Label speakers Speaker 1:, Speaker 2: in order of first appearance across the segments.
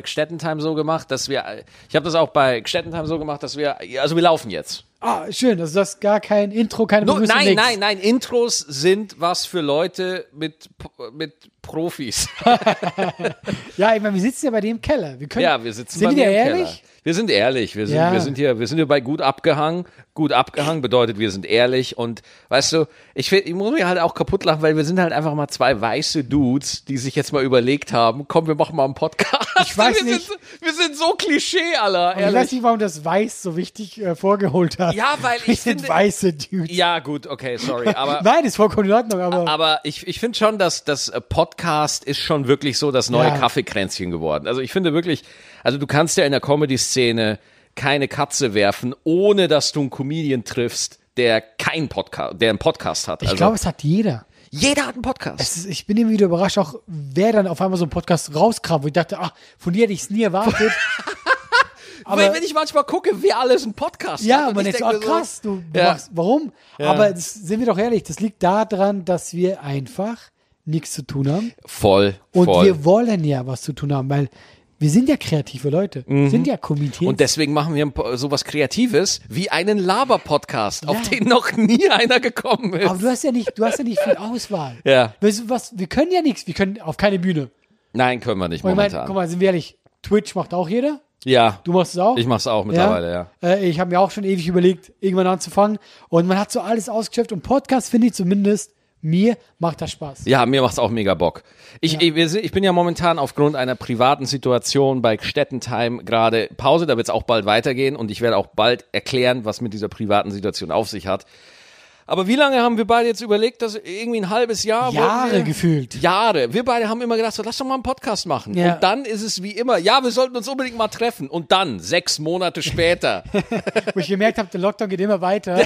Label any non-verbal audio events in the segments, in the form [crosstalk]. Speaker 1: Gstettentime äh, so gemacht, dass wir, äh, ich habe das auch bei Gstettentime so gemacht, dass wir, also wir laufen jetzt.
Speaker 2: Ah, schön, also das ist gar kein Intro, keine
Speaker 1: No,
Speaker 2: Begrüßung,
Speaker 1: nein,
Speaker 2: nix.
Speaker 1: nein, nein, Intros sind was für Leute mit, mit
Speaker 2: [laughs]
Speaker 1: Profis.
Speaker 2: Ja, ich meine, wir sitzen ja bei dem im Keller. Wir können,
Speaker 1: Ja, wir sitzen
Speaker 2: sind
Speaker 1: bei
Speaker 2: die
Speaker 1: mir
Speaker 2: da
Speaker 1: im
Speaker 2: ehrlich?
Speaker 1: Keller. Wir sind ehrlich, wir sind,
Speaker 2: Ja.
Speaker 1: wir sind hier, wir sind hier bei gut abgehangen. Gut abgehangen bedeutet, wir sind ehrlich und weißt du, ich, find- ich muss mir halt auch kaputt lachen, weil wir sind halt einfach mal zwei weiße Dudes, die sich jetzt mal überlegt haben, komm, wir machen mal einen Podcast.
Speaker 2: Ich weiß
Speaker 1: wir
Speaker 2: nicht.
Speaker 1: Sind, so- wir sind so Klischee, aller,
Speaker 2: Ich weiß
Speaker 1: ehrlich.
Speaker 2: nicht, warum das Weiß so wichtig äh, vorgeholt hat.
Speaker 1: Ja,
Speaker 2: [laughs]
Speaker 1: weil
Speaker 2: Wir
Speaker 1: ich
Speaker 2: sind
Speaker 1: finde-
Speaker 2: weiße Dudes.
Speaker 1: Ja, gut, okay, sorry,
Speaker 2: [laughs]
Speaker 1: aber Ah,
Speaker 2: Nein, ist vollkommen in Ordnung, aber
Speaker 1: Aber ich, ich finde schon, dass das äh, Podcast ist schon wirklich so das neue
Speaker 2: Ja.
Speaker 1: Kaffeekränzchen geworden. Also ich finde wirklich, also du kannst ja in der Comedy-Szene keine Katze werfen, ohne dass du einen Comedian triffst, der kein Podcast, der einen Podcast hat.
Speaker 2: ich
Speaker 1: Also
Speaker 2: glaube, es hat jeder.
Speaker 1: jeder hat einen Podcast.
Speaker 2: Es ist, ich bin immer wieder überrascht, auch wer dann auf einmal so einen Podcast rauskam, wo ich dachte, ach, von dir hätte ich es
Speaker 1: [laughs]
Speaker 2: nie erwartet. aber-
Speaker 1: wenn, wenn ich manchmal gucke, wer alles einen Podcast
Speaker 2: Ja,
Speaker 1: hat. und
Speaker 2: aber
Speaker 1: ich
Speaker 2: jetzt,
Speaker 1: denk
Speaker 2: oh
Speaker 1: mir so,
Speaker 2: krass, du
Speaker 1: Ja.
Speaker 2: machst, warum? Aber das, sind wir doch ehrlich, das liegt daran, dass wir einfach nichts zu tun haben.
Speaker 1: Voll,
Speaker 2: Und
Speaker 1: voll.
Speaker 2: wir wollen ja was zu tun haben, weil wir sind ja kreative Leute, sind ja Comedians.
Speaker 1: Mhm. und deswegen machen wir ein po- sowas Kreatives wie einen Laber-Podcast, auf
Speaker 2: Ja.
Speaker 1: den noch nie einer gekommen ist.
Speaker 2: aber du hast ja nicht, du hast ja nicht viel Auswahl.
Speaker 1: Ja.
Speaker 2: Weißt du was, wir können ja nichts, wir können auf keine Bühne.
Speaker 1: Nein, können wir nicht
Speaker 2: Und ich
Speaker 1: momentan.
Speaker 2: meine, guck mal, sind wir ehrlich, Twitch macht auch jeder.
Speaker 1: ja.
Speaker 2: Du machst es auch?
Speaker 1: Ich mach's auch mittlerweile, ja.
Speaker 2: Äh, ich habe mir auch schon ewig überlegt, irgendwann anzufangen. Und man hat so alles ausgeschöpft. Und Podcast finde ich zumindest, mir macht das Spaß.
Speaker 1: Ja, mir macht's auch mega Bock. Ich, ich, wir sind- ich bin ja momentan aufgrund einer privaten Situation bei Stettentime gerade Pause, da wird's auch bald weitergehen und ich werde auch bald erklären, was mit dieser privaten Situation auf sich hat. Aber wie lange haben wir beide jetzt überlegt, dass irgendwie ein halbes Jahr?
Speaker 2: Jahre
Speaker 1: wollten wir-
Speaker 2: gefühlt.
Speaker 1: Jahre. Wir beide haben immer gedacht, so lass doch mal einen Podcast machen.
Speaker 2: Ja.
Speaker 1: Und dann ist es wie immer, ja, wir sollten uns unbedingt mal treffen. Und dann, sechs Monate
Speaker 2: [laughs]
Speaker 1: später.
Speaker 2: Wo ich gemerkt habe, der Lockdown geht
Speaker 1: [laughs]
Speaker 2: immer weiter.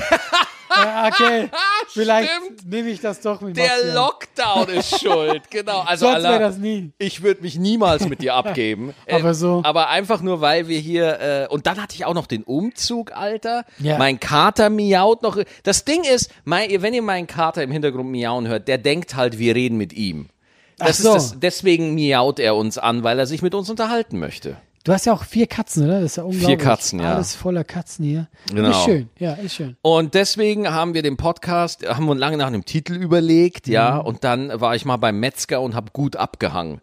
Speaker 2: äh, okay, vielleicht
Speaker 1: Stimmt.
Speaker 2: nehme ich das doch mit
Speaker 1: Der
Speaker 2: Maxian.
Speaker 1: Lockdown ist schuld. Genau. Also
Speaker 2: Sonst wäre
Speaker 1: Allah-
Speaker 2: das nie.
Speaker 1: ich würde mich niemals mit dir
Speaker 2: [laughs]
Speaker 1: abgeben. Äh,
Speaker 2: Aber so.
Speaker 1: Aber einfach nur, weil wir hier. Äh, und dann hatte ich auch noch den Umzug, Alter.
Speaker 2: Ja.
Speaker 1: Mein Kater miaut noch. Das Ding ist, mein, wenn ihr meinen Kater im Hintergrund miauen hört, der denkt halt, wir reden mit ihm. Das
Speaker 2: Ach so.
Speaker 1: ist das, deswegen miaut er uns an, weil er sich mit uns unterhalten möchte.
Speaker 2: Du hast ja auch vier Katzen, oder? Das ist ja unglaublich.
Speaker 1: Katzen, ja.
Speaker 2: Alles voller Katzen hier.
Speaker 1: Genau.
Speaker 2: Ist schön, ja, ist schön.
Speaker 1: Und deswegen haben wir den Podcast, haben wir uns lange nach einem Titel überlegt,
Speaker 2: Mhm.
Speaker 1: ja, und dann war ich mal beim Metzger und habe gut abgehangen.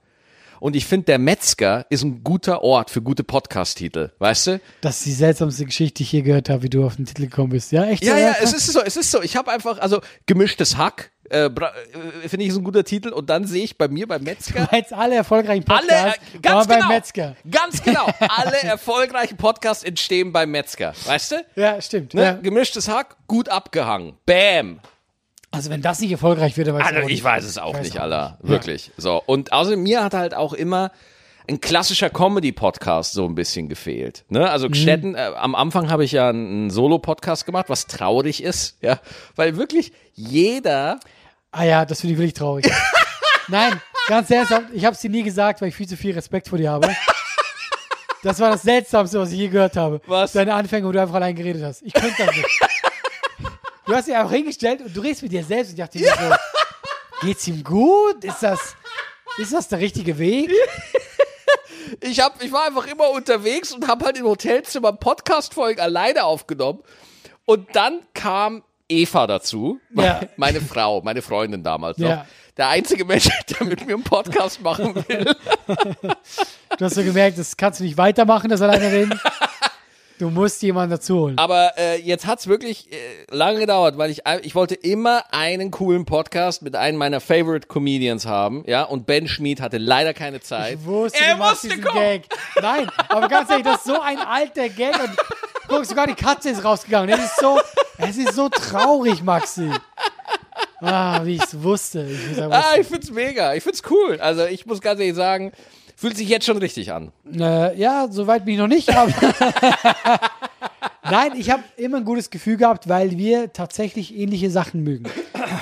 Speaker 1: Und ich finde, der Metzger ist ein guter Ort für gute Podcast-Titel, weißt du?
Speaker 2: Das ist die seltsamste Geschichte, die ich hier gehört habe, wie du auf den Titel gekommen bist. Ja, echt?
Speaker 1: Ja,
Speaker 2: so,
Speaker 1: ja, es
Speaker 2: krass.
Speaker 1: ist so, es ist so. Ich habe einfach, also gemischtes Hack, äh, bra- äh, finde ich ist ein guter Titel. Und dann sehe ich bei mir beim
Speaker 2: [laughs]
Speaker 1: Metzger.
Speaker 2: Als alle erfolgreichen
Speaker 1: Alle, äh,
Speaker 2: Podcasts
Speaker 1: ganz
Speaker 2: waren beim
Speaker 1: genau,
Speaker 2: Metzger.
Speaker 1: ganz
Speaker 2: [laughs]
Speaker 1: genau, alle erfolgreichen Podcasts entstehen beim Metzger, weißt du?
Speaker 2: Ja, stimmt.
Speaker 1: Ne?
Speaker 2: Ja.
Speaker 1: Gemischtes Hack, gut abgehangen, bam,
Speaker 2: Also wenn das nicht erfolgreich wird, dann weiß
Speaker 1: Also
Speaker 2: ich, auch
Speaker 1: ich
Speaker 2: nicht.
Speaker 1: weiß es auch
Speaker 2: Ich weiß
Speaker 1: nicht,
Speaker 2: auch
Speaker 1: aller. Wirklich. So. Und außerdem mir hat halt auch immer ein klassischer Comedy-Podcast so ein bisschen gefehlt. Ne? Also Gstetten, äh, am Anfang habe ich ja einen Solo-Podcast gemacht, was traurig ist, ja. Weil wirklich jeder.
Speaker 2: Ah ja, das finde ich wirklich traurig. Nein, ganz ernsthaft, ich habe es dir nie gesagt, weil ich viel zu viel Respekt vor dir habe. Das war das Seltsamste, was ich je gehört habe.
Speaker 1: Was?
Speaker 2: Deine Anfänge, wo du einfach allein geredet hast. Ich könnte das nicht. Du hast dich einfach hingestellt und du redest mit dir selbst und ich dachte mir so, geht's ihm gut? Ist das, ist das der richtige Weg?
Speaker 1: Ich, hab, ich war einfach immer unterwegs und habe halt im Hotelzimmer Podcast-Folgen alleine aufgenommen. Und dann kam Eva dazu,
Speaker 2: Ja.
Speaker 1: meine Frau, meine Freundin damals noch.
Speaker 2: Ja.
Speaker 1: Der einzige Mensch, [laughs] der mit mir einen Podcast machen will.
Speaker 2: Du hast so gemerkt, das kannst du nicht weitermachen, das alleine reden. Du musst jemanden dazu holen.
Speaker 1: Aber äh, jetzt hat's wirklich äh, lange gedauert, weil ich ein- ich wollte immer einen coolen Podcast mit einem meiner Favorite Comedians haben, ja. Und Ben Schmid hatte leider keine Zeit.
Speaker 2: Ich wusste,
Speaker 1: er
Speaker 2: du machst
Speaker 1: musste
Speaker 2: diesen
Speaker 1: kommen.
Speaker 2: Gag. Nein, aber ganz ehrlich, das ist so ein alter Gag und guck, sogar die Katze ist rausgegangen. Es ist so, es ist so traurig, Maxi. Ah, wie ich es wusste. Ich muss sagen,
Speaker 1: Ah, ich find's mega, ich find's cool. Also ich muss ganz ehrlich sagen, fühlt sich jetzt schon richtig an.
Speaker 2: äh, ja, soweit bin ich noch nicht. Aber [laughs] Nein, ich habe immer ein gutes Gefühl gehabt, weil wir tatsächlich ähnliche Sachen mögen.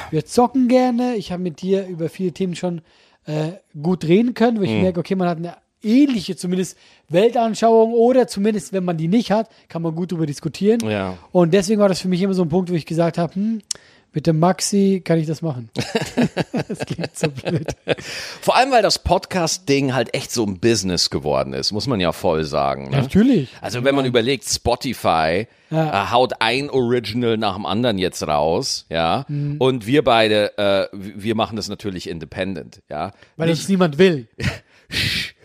Speaker 2: Wir zocken gerne. Ich habe mit dir über viele Themen schon äh, gut reden können, wo ich merke, okay, man hat eine ähnliche zumindest Weltanschauung oder zumindest, wenn man die nicht hat, kann man gut darüber diskutieren.
Speaker 1: Ja.
Speaker 2: Und deswegen war das für mich immer so ein Punkt, wo ich gesagt habe, hm, Mit dem Maxi kann ich das machen. das klingt so blöd.
Speaker 1: Vor allem, weil das Podcast-Ding halt echt so ein Business geworden ist, muss man ja voll sagen. Ne?
Speaker 2: Natürlich.
Speaker 1: Also wenn man überlegt, Spotify
Speaker 2: Ja.
Speaker 1: äh, haut ein Original nach dem anderen jetzt raus, ja.
Speaker 2: Mhm.
Speaker 1: Und wir beide, äh, w- wir machen das natürlich independent, ja.
Speaker 2: Weil uns
Speaker 1: [laughs]
Speaker 2: niemand will.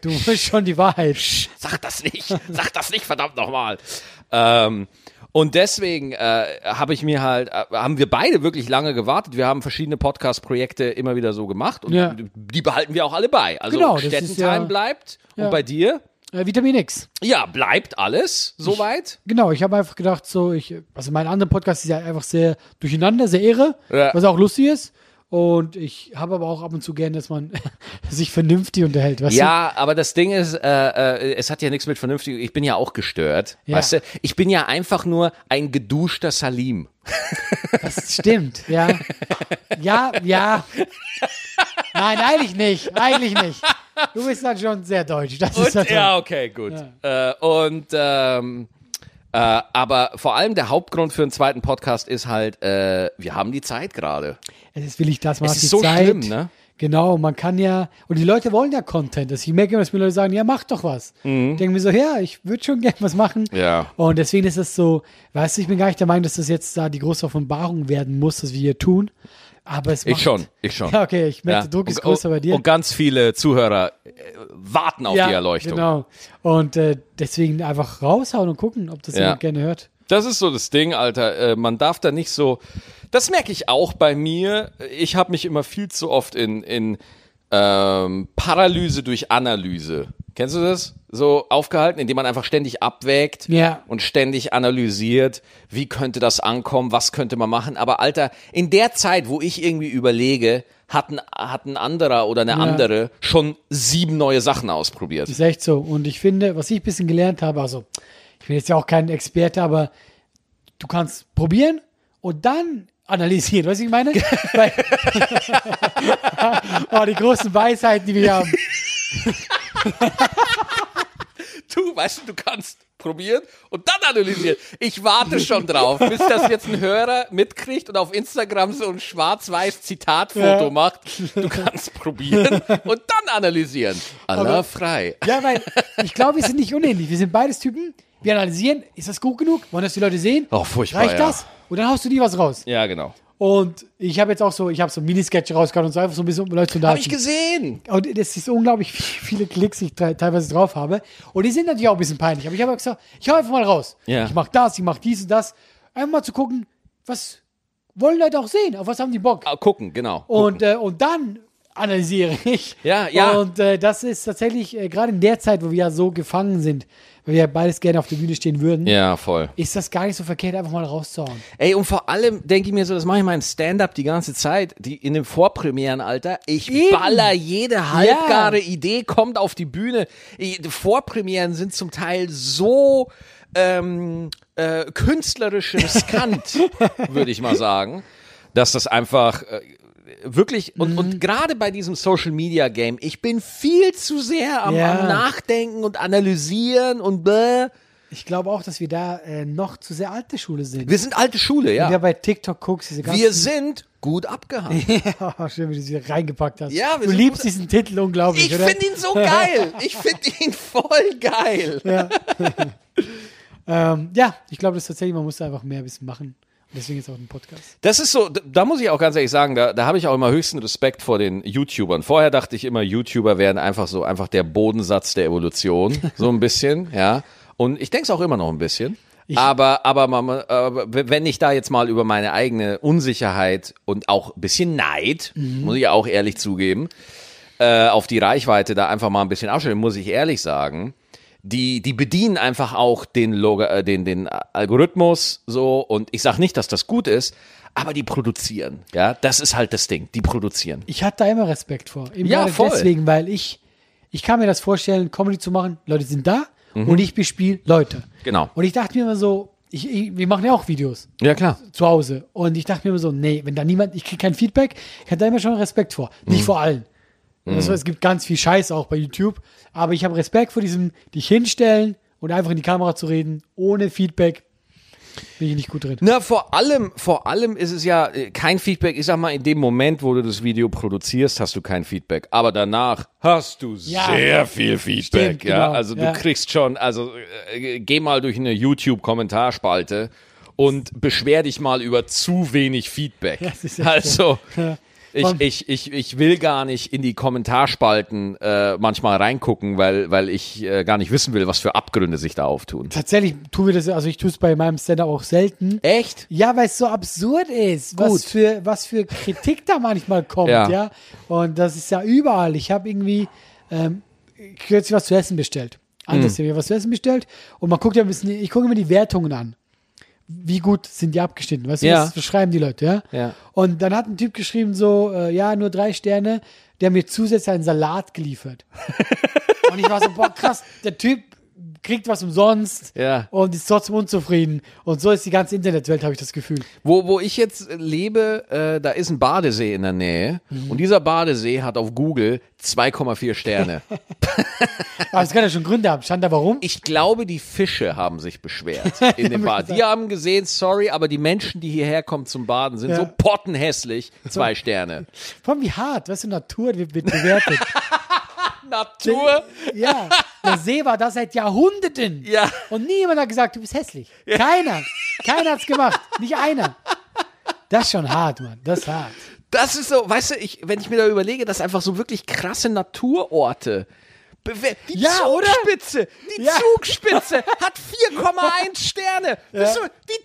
Speaker 2: Du willst schon die Wahrheit.
Speaker 1: Sag das nicht, [laughs] sag das nicht, verdammt nochmal. Ähm, und deswegen äh, habe ich mir halt, äh, haben wir beide wirklich lange gewartet. Wir haben verschiedene Podcast-Projekte immer wieder so gemacht und
Speaker 2: Ja.
Speaker 1: die behalten wir auch alle bei. Also
Speaker 2: Genau, das ist
Speaker 1: Städtentime
Speaker 2: ja-
Speaker 1: bleibt
Speaker 2: Ja.
Speaker 1: und bei dir,
Speaker 2: Äh, Vitamin X.
Speaker 1: ja, bleibt alles soweit.
Speaker 2: Genau, ich habe einfach gedacht, so, ich, also mein anderer Podcast ist ja einfach sehr durcheinander, sehr irre,
Speaker 1: Ja.
Speaker 2: was auch lustig ist. Und ich habe aber auch ab und zu gern, dass man [laughs] sich vernünftig unterhält. Weißt
Speaker 1: Ja, aber das Ding ist, äh, äh, es hat ja nichts mit vernünftig. Ich bin ja auch gestört.
Speaker 2: Ja.
Speaker 1: Weißt du? Ich bin ja einfach nur ein geduschter Salim.
Speaker 2: du? Das stimmt, ja. Ja, ja. Nein, eigentlich nicht. Eigentlich nicht. Du bist dann schon sehr deutsch. Das
Speaker 1: Und,
Speaker 2: ist halt so.
Speaker 1: ja, okay, gut. Äh, und ähm, äh, aber vor allem der Hauptgrund für einen zweiten Podcast ist halt, äh, wir haben die Zeit gerade.
Speaker 2: Es ist will ich das mal
Speaker 1: Es
Speaker 2: die
Speaker 1: ist so
Speaker 2: Zeit.
Speaker 1: schlimm, ne?
Speaker 2: Genau, man kann ja und die Leute wollen ja Content. Also ich merke immer, dass mir Leute sagen, ja mach doch was. Ich denke mir so, ja, ich würde schon gerne was machen.
Speaker 1: Mhm. Ja.
Speaker 2: Und deswegen ist es so, weißt du, ich bin gar nicht der Meinung, dass das jetzt da die große Offenbarung werden muss, dass wir hier tun. Aber es macht,
Speaker 1: Ich schon, ich schon.
Speaker 2: [laughs] Ja, okay, ich merke,
Speaker 1: Ja.
Speaker 2: der Druck ist
Speaker 1: Und-
Speaker 2: größer bei dir.
Speaker 1: Und ganz viele Zuhörer äh, warten auf
Speaker 2: ja,
Speaker 1: die Erleuchtung.
Speaker 2: Genau. Und äh, deswegen einfach raushauen und gucken, ob das
Speaker 1: Ja.
Speaker 2: jemand gerne hört.
Speaker 1: Das ist so das Ding, Alter. Äh, man darf da nicht so. Das merke ich auch bei mir. Ich habe mich immer viel zu oft in, in ähm, Paralyse durch Analyse. Kennst du das? So aufgehalten, indem man einfach ständig abwägt
Speaker 2: Ja.
Speaker 1: und ständig analysiert, wie könnte das ankommen, was könnte man machen. Aber Alter, in der Zeit, wo ich irgendwie überlege, hat ein, hat ein anderer oder eine andere schon sieben neue Sachen ausprobiert.
Speaker 2: Ist echt so. Und ich finde, was ich ein bisschen gelernt habe, also ich bin jetzt ja auch kein Experte, aber du kannst probieren und dann analysieren. Weißt du, was ich
Speaker 1: [laughs]
Speaker 2: meine? Weil, [laughs] oh, die großen Weisheiten, die wir haben.
Speaker 1: Du, weißt du, du kannst probieren und dann analysieren. Ich warte schon drauf, bis das jetzt ein Hörer mitkriegt und auf Instagram so ein schwarz-weiß Zitatfoto
Speaker 2: Ja.
Speaker 1: macht. Du kannst probieren und dann analysieren. Allah
Speaker 2: Aber-
Speaker 1: frei.
Speaker 2: Ja, weil ich glaube, wir sind nicht unähnlich. Wir sind beides Typen. Wir analysieren, ist das gut genug? Wollen das die Leute sehen?
Speaker 1: Oh, furchtbar,
Speaker 2: Reicht
Speaker 1: ja.
Speaker 2: das? Und dann haust du nie was raus.
Speaker 1: Ja, genau.
Speaker 2: Und ich habe jetzt auch so, ich habe so Minisketche rausgehauen und so einfach so ein bisschen um Leute zu
Speaker 1: Habe ich gesehen.
Speaker 2: unterhalten. Und das ist unglaublich, wie viele Klicks ich tre- teilweise drauf habe. Und die sind natürlich auch ein bisschen peinlich. Aber ich habe auch gesagt, ich hau einfach mal raus.
Speaker 1: Ja.
Speaker 2: Ich mache das, ich mache dies und das. Einfach mal zu gucken, was wollen Leute auch sehen? Auf was haben die Bock?
Speaker 1: Ah, gucken, genau.
Speaker 2: Und, äh, und dann analysiere ich.
Speaker 1: Ja, ja.
Speaker 2: Und äh, das ist tatsächlich, äh, gerade in der Zeit, wo wir ja so gefangen sind, weil wir ja beides gerne auf der Bühne stehen würden,
Speaker 1: ja, voll.
Speaker 2: ist das gar nicht so verkehrt, einfach mal rauszuhauen.
Speaker 1: Ey, und vor allem denke ich mir so, das mache ich mal im Stand-up die ganze Zeit, die in dem Vorpremierenalter. Ich
Speaker 2: Eben.
Speaker 1: baller jede halbgare Idee, kommt auf die Bühne. Ich, die Vorpremieren sind zum Teil so ähm, äh, künstlerisch
Speaker 2: [laughs]
Speaker 1: riskant, würde ich mal sagen, dass das einfach äh, wirklich und,
Speaker 2: Mhm.
Speaker 1: und gerade bei diesem Social Media Game, ich bin viel zu sehr am,
Speaker 2: Ja.
Speaker 1: am Nachdenken und analysieren und bläh.
Speaker 2: Ich glaube auch, dass wir da äh, noch zu sehr alte Schule sind.
Speaker 1: wir sind alte Schule,
Speaker 2: Wenn du ja
Speaker 1: ja.
Speaker 2: bei TikTok guckst, diese ganzen
Speaker 1: Wir sind gut
Speaker 2: [laughs]
Speaker 1: abgehangen.
Speaker 2: Ja, Ah, schön, wie du sie reingepackt hast.
Speaker 1: Ja, wir
Speaker 2: du
Speaker 1: sind
Speaker 2: liebst
Speaker 1: gut-
Speaker 2: diesen Titel unglaublich,
Speaker 1: Ich
Speaker 2: oder?
Speaker 1: finde ihn so geil. Ich finde [laughs] ihn voll geil.
Speaker 2: ähm, ja, ich glaube, das ist tatsächlich, man muss da einfach mehr ein bisschen machen. Und deswegen jetzt auch ein Podcast.
Speaker 1: Das ist so, d- da muss ich auch ganz ehrlich sagen, da, da habe ich auch immer höchsten Respekt vor den YouTubern. Vorher dachte ich immer, YouTuber wären einfach so, einfach der Bodensatz der Evolution. So ein bisschen, ja. Und ich denke es auch immer noch ein bisschen. aber, aber, man, aber wenn ich da jetzt mal über meine eigene Unsicherheit und auch ein bisschen Neid, muss ich auch ehrlich zugeben, äh, auf die Reichweite da einfach mal ein bisschen abstellen, muss ich ehrlich sagen. Die, die bedienen einfach auch den, Log äh, den, den Algorithmus so und ich sage nicht, dass das gut ist, aber die produzieren. Ja, das ist halt das Ding. Die produzieren.
Speaker 2: Ich hatte da immer Respekt vor. Eben
Speaker 1: Ja,
Speaker 2: gerade
Speaker 1: voll.
Speaker 2: Deswegen, weil ich, ich kann mir das vorstellen, Comedy zu machen, Leute sind da und ich bespiele Leute.
Speaker 1: Mhm. Genau.
Speaker 2: Und ich dachte mir immer so, ich, ich, wir machen ja auch Videos
Speaker 1: Ja, klar.
Speaker 2: zu Hause. Und ich dachte mir immer so, nee, wenn da niemand, ich kriege kein Feedback, ich hatte da immer schon Respekt vor. Nicht vor allen. Also, es gibt ganz viel Scheiß auch bei YouTube, aber ich habe Respekt vor diesem, dich hinstellen und einfach in die Kamera zu reden, ohne Feedback. Bin ich nicht gut drin.
Speaker 1: Na, vor allem, vor allem ist es ja äh, kein Feedback. Ich sag mal, in dem Moment, wo du das Video produzierst, hast du kein Feedback. Aber danach hast du
Speaker 2: Ja.
Speaker 1: sehr viel Feedback.
Speaker 2: Stimmt,
Speaker 1: ja,
Speaker 2: genau,
Speaker 1: also du
Speaker 2: ja.
Speaker 1: kriegst schon, also äh, geh mal durch eine YouTube-Kommentarspalte und beschwer dich mal über zu wenig Feedback.
Speaker 2: das ist echt
Speaker 1: also.
Speaker 2: Ja.
Speaker 1: Ich,
Speaker 2: Von-
Speaker 1: ich, ich, ich will gar nicht in die Kommentarspalten äh, manchmal reingucken, weil, weil ich äh, gar nicht wissen will, was für Abgründe sich da auftun.
Speaker 2: Tatsächlich tun wir das, also ich tue es bei meinem Stand-up auch selten.
Speaker 1: Echt?
Speaker 2: Ja, weil es so absurd ist,
Speaker 1: Gut.
Speaker 2: was für, was für Kritik da manchmal kommt,
Speaker 1: Ja.
Speaker 2: ja. Und das ist ja überall. Ich habe irgendwie ähm, kürzlich was zu essen bestellt. Anders
Speaker 1: Hm.
Speaker 2: habe ich was zu essen bestellt. Und man guckt ja ein bisschen, ich gucke mir die Wertungen an. Wie gut sind die abgeschnitten? Weißt du,
Speaker 1: Ja.
Speaker 2: was schreiben die Leute, ja?
Speaker 1: Ja.
Speaker 2: Und dann hat ein Typ geschrieben, so, äh, ja, nur drei Sterne, der hat mir zusätzlich einen Salat
Speaker 1: [laughs]
Speaker 2: geliefert. Und ich war so, boah, krass, der Typ kriegt was umsonst
Speaker 1: Ja.
Speaker 2: und ist trotzdem unzufrieden. Und so ist die ganze Internetwelt, habe ich das Gefühl.
Speaker 1: Wo, wo ich jetzt lebe, äh, da ist ein Badesee in der Nähe. Und dieser Badesee hat auf Google 2,4 [laughs] Sterne.
Speaker 2: Aber es kann ja schon Gründe haben. Stand da warum?
Speaker 1: Ich glaube, die Fische haben sich [laughs] beschwert in dem Bad. Die haben gesehen, sorry, aber die Menschen, die hierher kommen zum Baden, sind
Speaker 2: Ja.
Speaker 1: so [laughs] pottenhässlich. Zwei Sterne.
Speaker 2: Vor allem wie hart, weißt du, Natur wird
Speaker 1: [laughs]
Speaker 2: wird bewertet.
Speaker 1: Natur.
Speaker 2: ja, der See war da seit Jahrhunderten.
Speaker 1: Ja.
Speaker 2: Und niemand hat gesagt, du bist hässlich. Keiner. Keiner hat's gemacht. Nicht einer. Das ist schon hart, Mann. Das ist hart.
Speaker 1: Das ist so, weißt du, ich, wenn ich mir da überlege, dass einfach so wirklich krasse Naturorte. bewer- Die
Speaker 2: Ja, oder?
Speaker 1: Zugspitze, die
Speaker 2: Ja. [laughs]
Speaker 1: Zugspitze hat 4,1 Sterne. Bist du- Die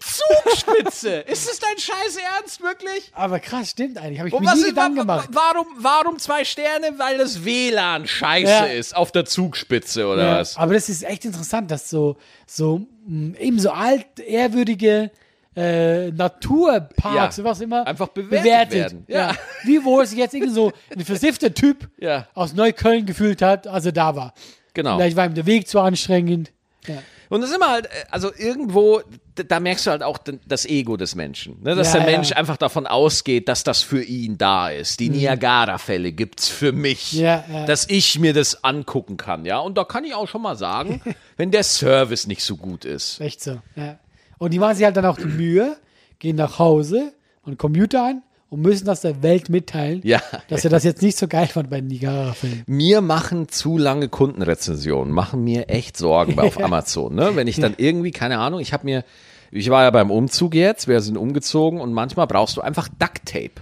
Speaker 1: Zugspitze, ist es dein scheiß Ernst wirklich?
Speaker 2: Aber krass, stimmt eigentlich. Habe ich
Speaker 1: Und
Speaker 2: mir
Speaker 1: was
Speaker 2: nie
Speaker 1: ist, wa
Speaker 2: Gedanken gemacht.
Speaker 1: warum, warum zwei Sterne? Weil das WLAN scheiße
Speaker 2: Ja.
Speaker 1: ist auf der Zugspitze oder
Speaker 2: Ja,
Speaker 1: was?
Speaker 2: aber das ist echt interessant, dass so, so mh, eben so alt, ehrwürdige äh, Naturparks
Speaker 1: Ja.
Speaker 2: und was immer
Speaker 1: Einfach bewertet werden. Ja.
Speaker 2: Ja. [laughs] Wie wohl sich jetzt irgend so ein versiffter Typ
Speaker 1: Ja.
Speaker 2: aus Neukölln gefühlt hat, als er da war.
Speaker 1: Genau.
Speaker 2: Vielleicht war ihm der Weg zu anstrengend. Ja.
Speaker 1: Und das ist immer halt, äh, also irgendwo, d- da merkst du halt auch den- das Ego des Menschen. Ne? Dass
Speaker 2: Ja,
Speaker 1: der
Speaker 2: ja. Mhm.
Speaker 1: Mensch einfach davon ausgeht, dass das für ihn da ist. Die Niagara-Fälle gibt's für mich.
Speaker 2: Ja, ja.
Speaker 1: Dass ich mir das angucken kann, ja. Und da kann ich auch schon mal
Speaker 2: [laughs]
Speaker 1: sagen, wenn der Service nicht so gut ist.
Speaker 2: Echt so. Ja. Und die machen sich halt dann auch die Mühe, gehen nach Hause und Computer an und müssen das der Welt mitteilen,
Speaker 1: Ja.
Speaker 2: dass er das jetzt nicht so geil fand bei den
Speaker 1: [laughs]
Speaker 2: Niagara-Filmen.
Speaker 1: Mir machen zu lange Kundenrezensionen, machen mir echt Sorgen bei- auf Amazon. Ne? Wenn ich dann irgendwie, keine Ahnung, ich habe mir, ich war ja beim Umzug jetzt, wir sind umgezogen und manchmal brauchst du einfach Duct Tape.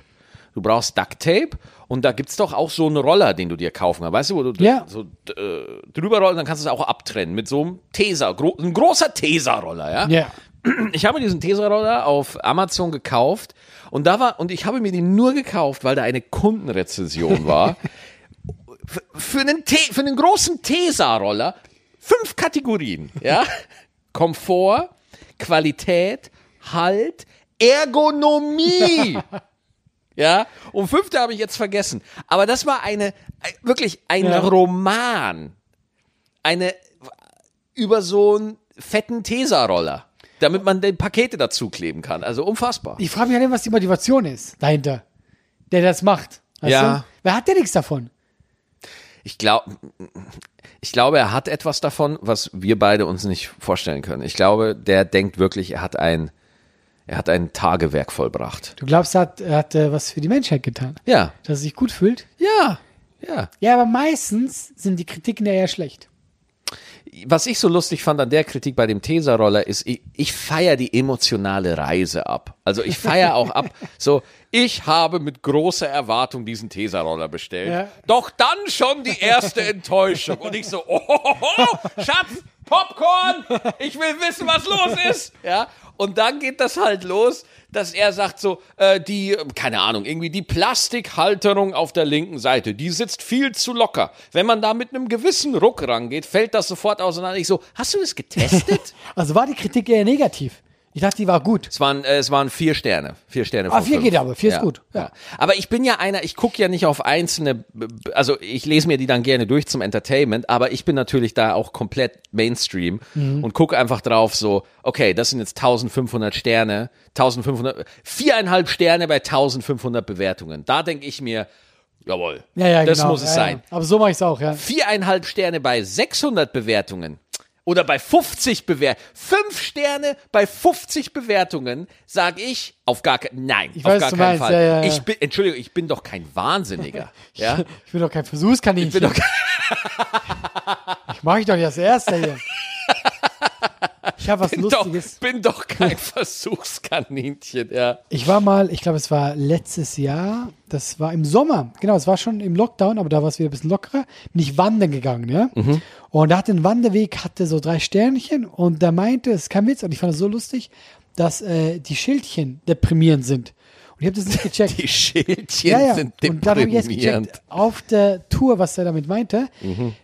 Speaker 1: Du brauchst Duct Tape und da gibt's doch auch so einen Roller, den du dir kaufen kannst. Weißt du, wo du d-
Speaker 2: Ja.
Speaker 1: so d- äh, drüber rollen, dann kannst du es auch abtrennen mit so einem Tesa, gro ein großer Tesa-Roller, ja?
Speaker 2: Ja.
Speaker 1: ich habe mir diesen Tesa-Roller auf Amazon gekauft und da war und ich habe mir den nur gekauft, weil da eine Kundenrezension war. F- für einen Te für einen großen Tesa-Roller fünf Kategorien, ja? Komfort, Qualität, Halt, Ergonomie. Ja, und fünfte habe ich jetzt vergessen. Aber das war eine, äh, wirklich ein
Speaker 2: Ja.
Speaker 1: Roman. Eine über so einen fetten Tesa-Roller, damit man den Pakete dazu kleben kann. Also unfassbar.
Speaker 2: Ich frage mich halt immer, was die Motivation ist dahinter, der das macht. Weißt
Speaker 1: Ja.
Speaker 2: Du? Wer hat denn nichts davon?
Speaker 1: Ich glaube, ich glaube, er hat etwas davon, was wir beide uns nicht vorstellen können. Ich glaube, der denkt wirklich, er hat ein, er hat ein Tagewerk vollbracht.
Speaker 2: Du glaubst, er hat, er hat äh, was für die Menschheit getan,
Speaker 1: Ja,
Speaker 2: dass er sich gut fühlt?
Speaker 1: ja, ja.
Speaker 2: Ja, aber meistens sind die Kritiken ja eher schlecht.
Speaker 1: was ich so lustig fand an der Kritik bei dem Tesa-Roller ist, ich, ich feiere die emotionale Reise ab. Also ich feiere auch ab, so, ich habe mit großer Erwartung diesen Tesa-Roller bestellt.
Speaker 2: Ja.
Speaker 1: Doch dann schon die erste Enttäuschung. Und ich so, oh, oh, oh, Schatz, Popcorn, ich will wissen, was los ist. Ja, und dann geht das halt los, dass er sagt so, äh, die, äh, keine Ahnung, irgendwie die Plastikhalterung auf der linken Seite, die sitzt viel zu locker. Wenn man da mit einem gewissen Ruck rangeht, fällt das sofort auseinander. Ich so, hast du das getestet?
Speaker 2: Also war die Kritik eher negativ. Ich dachte, die war gut.
Speaker 1: Es waren, äh, es waren vier Sterne. Vier Sterne.
Speaker 2: Ah,
Speaker 1: von
Speaker 2: vier
Speaker 1: fünf.
Speaker 2: geht aber, vier ist gut, ja.
Speaker 1: Aber ich bin ja einer, ich gucke ja nicht auf einzelne, b- b- also ich lese mir die dann gerne durch zum Entertainment, aber ich bin natürlich da auch komplett Mainstream
Speaker 2: Mhm.
Speaker 1: und gucke einfach drauf so, okay, das sind jetzt 1500 Sterne, 1500, viereinhalb Sterne bei 1500 Bewertungen. Da denke ich mir, jawohl,
Speaker 2: Ja, ja,
Speaker 1: das
Speaker 2: genau.
Speaker 1: muss es
Speaker 2: ja,
Speaker 1: sein
Speaker 2: Ja. Aber so mache ich es auch, ja.
Speaker 1: viereinhalb Sterne bei 600 Bewertungen. oder bei 50 Bewertungen, fünf Sterne bei 50 Bewertungen, sage ich auf gar keinen nein,
Speaker 2: Ich
Speaker 1: auf
Speaker 2: weiß,
Speaker 1: gar
Speaker 2: du
Speaker 1: keinen
Speaker 2: meinst,
Speaker 1: Fall.
Speaker 2: ja, ja, ja.
Speaker 1: Ich bin Entschuldigung, ich bin doch kein
Speaker 2: [laughs]
Speaker 1: Wahnsinniger, ja?
Speaker 2: Ich bin doch kein Versuchskaninchen. Ich,
Speaker 1: bin doch
Speaker 2: ich mache ich doch nicht das Erste hier. Ich habe was
Speaker 1: Bin doch,
Speaker 2: Lustiges.
Speaker 1: bin doch kein
Speaker 2: [laughs]
Speaker 1: Versuchskaninchen, ja.
Speaker 2: Ich war mal, ich glaube, es war letztes Jahr, das war im Sommer, genau, es war schon im Lockdown, aber da war es wieder ein bisschen lockerer, bin ich wandern gegangen, ja.
Speaker 1: Mhm.
Speaker 2: Und da hatte ein Wanderweg, hatte so drei Sternchen und da meinte, es kam Witz und ich fand es so lustig, dass äh, die Schildchen deprimierend sind. Und ich habe das nicht gecheckt.
Speaker 1: Die Schildchen
Speaker 2: ja, ja.
Speaker 1: sind
Speaker 2: und dann habe ich jetzt
Speaker 1: deprimierend. Mhm.
Speaker 2: gecheckt, auf der Tour, was er damit meinte,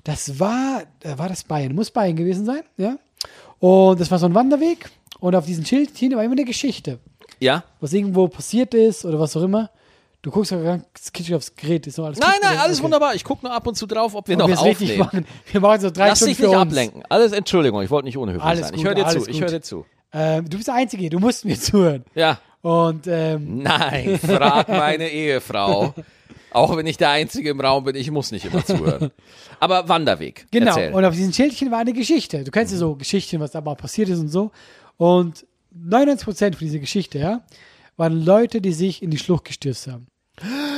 Speaker 2: das war, äh, war das Bayern, muss Bayern gewesen sein, ja. Und das war so ein Wanderweg und auf diesen Schildchen war immer eine Geschichte
Speaker 1: Ja?
Speaker 2: was irgendwo passiert ist oder was auch immer. Du guckst ja ganz kitschig aufs Gerät, ist noch alles
Speaker 1: Nein,
Speaker 2: gut,
Speaker 1: nein,
Speaker 2: oder?
Speaker 1: alles
Speaker 2: Okay.
Speaker 1: wunderbar. Ich gucke nur ab und zu drauf, ob wir
Speaker 2: Und
Speaker 1: noch
Speaker 2: wir es richtig
Speaker 1: aufnehmen.
Speaker 2: machen. Wir machen so drei
Speaker 1: Lass
Speaker 2: Stunden
Speaker 1: dich nicht
Speaker 2: für uns.
Speaker 1: ablenken. Alles Entschuldigung, ich wollte nicht unhöflich
Speaker 2: Alles
Speaker 1: sein.
Speaker 2: gut,
Speaker 1: ich höre dir
Speaker 2: alles
Speaker 1: zu, ich
Speaker 2: gut.
Speaker 1: höre dir zu.
Speaker 2: Ähm, du bist der Einzige, du musst mir [laughs] zuhören.
Speaker 1: Ja.
Speaker 2: Und ähm,
Speaker 1: Nein, frag
Speaker 2: [laughs]
Speaker 1: meine Ehefrau. Auch wenn ich der Einzige im Raum bin, ich muss nicht immer zuhören. Aber Wanderweg.
Speaker 2: genau,
Speaker 1: Erzähl.
Speaker 2: und auf diesen Schildchen war eine Geschichte. Du kennst ja so Geschichten, was da mal passiert ist und so. Und 99% von dieser Geschichte, ja, waren Leute, die sich in die Schlucht gestürzt haben.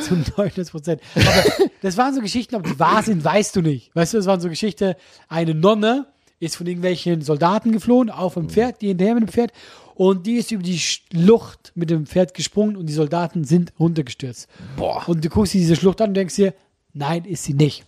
Speaker 2: Zu 99 Prozent. Aber das waren so Geschichten, ob die wahr sind, weißt du nicht. Weißt du, das waren so Geschichten, eine Nonne ist von irgendwelchen Soldaten geflohen, auf einem Pferd, die hinterher mit dem Pferd, und die ist über die Schlucht mit dem Pferd gesprungen und die Soldaten sind runtergestürzt.
Speaker 1: Boah.
Speaker 2: Und du guckst dir diese Schlucht an und denkst dir, nein, ist
Speaker 1: [laughs]
Speaker 2: sie nicht.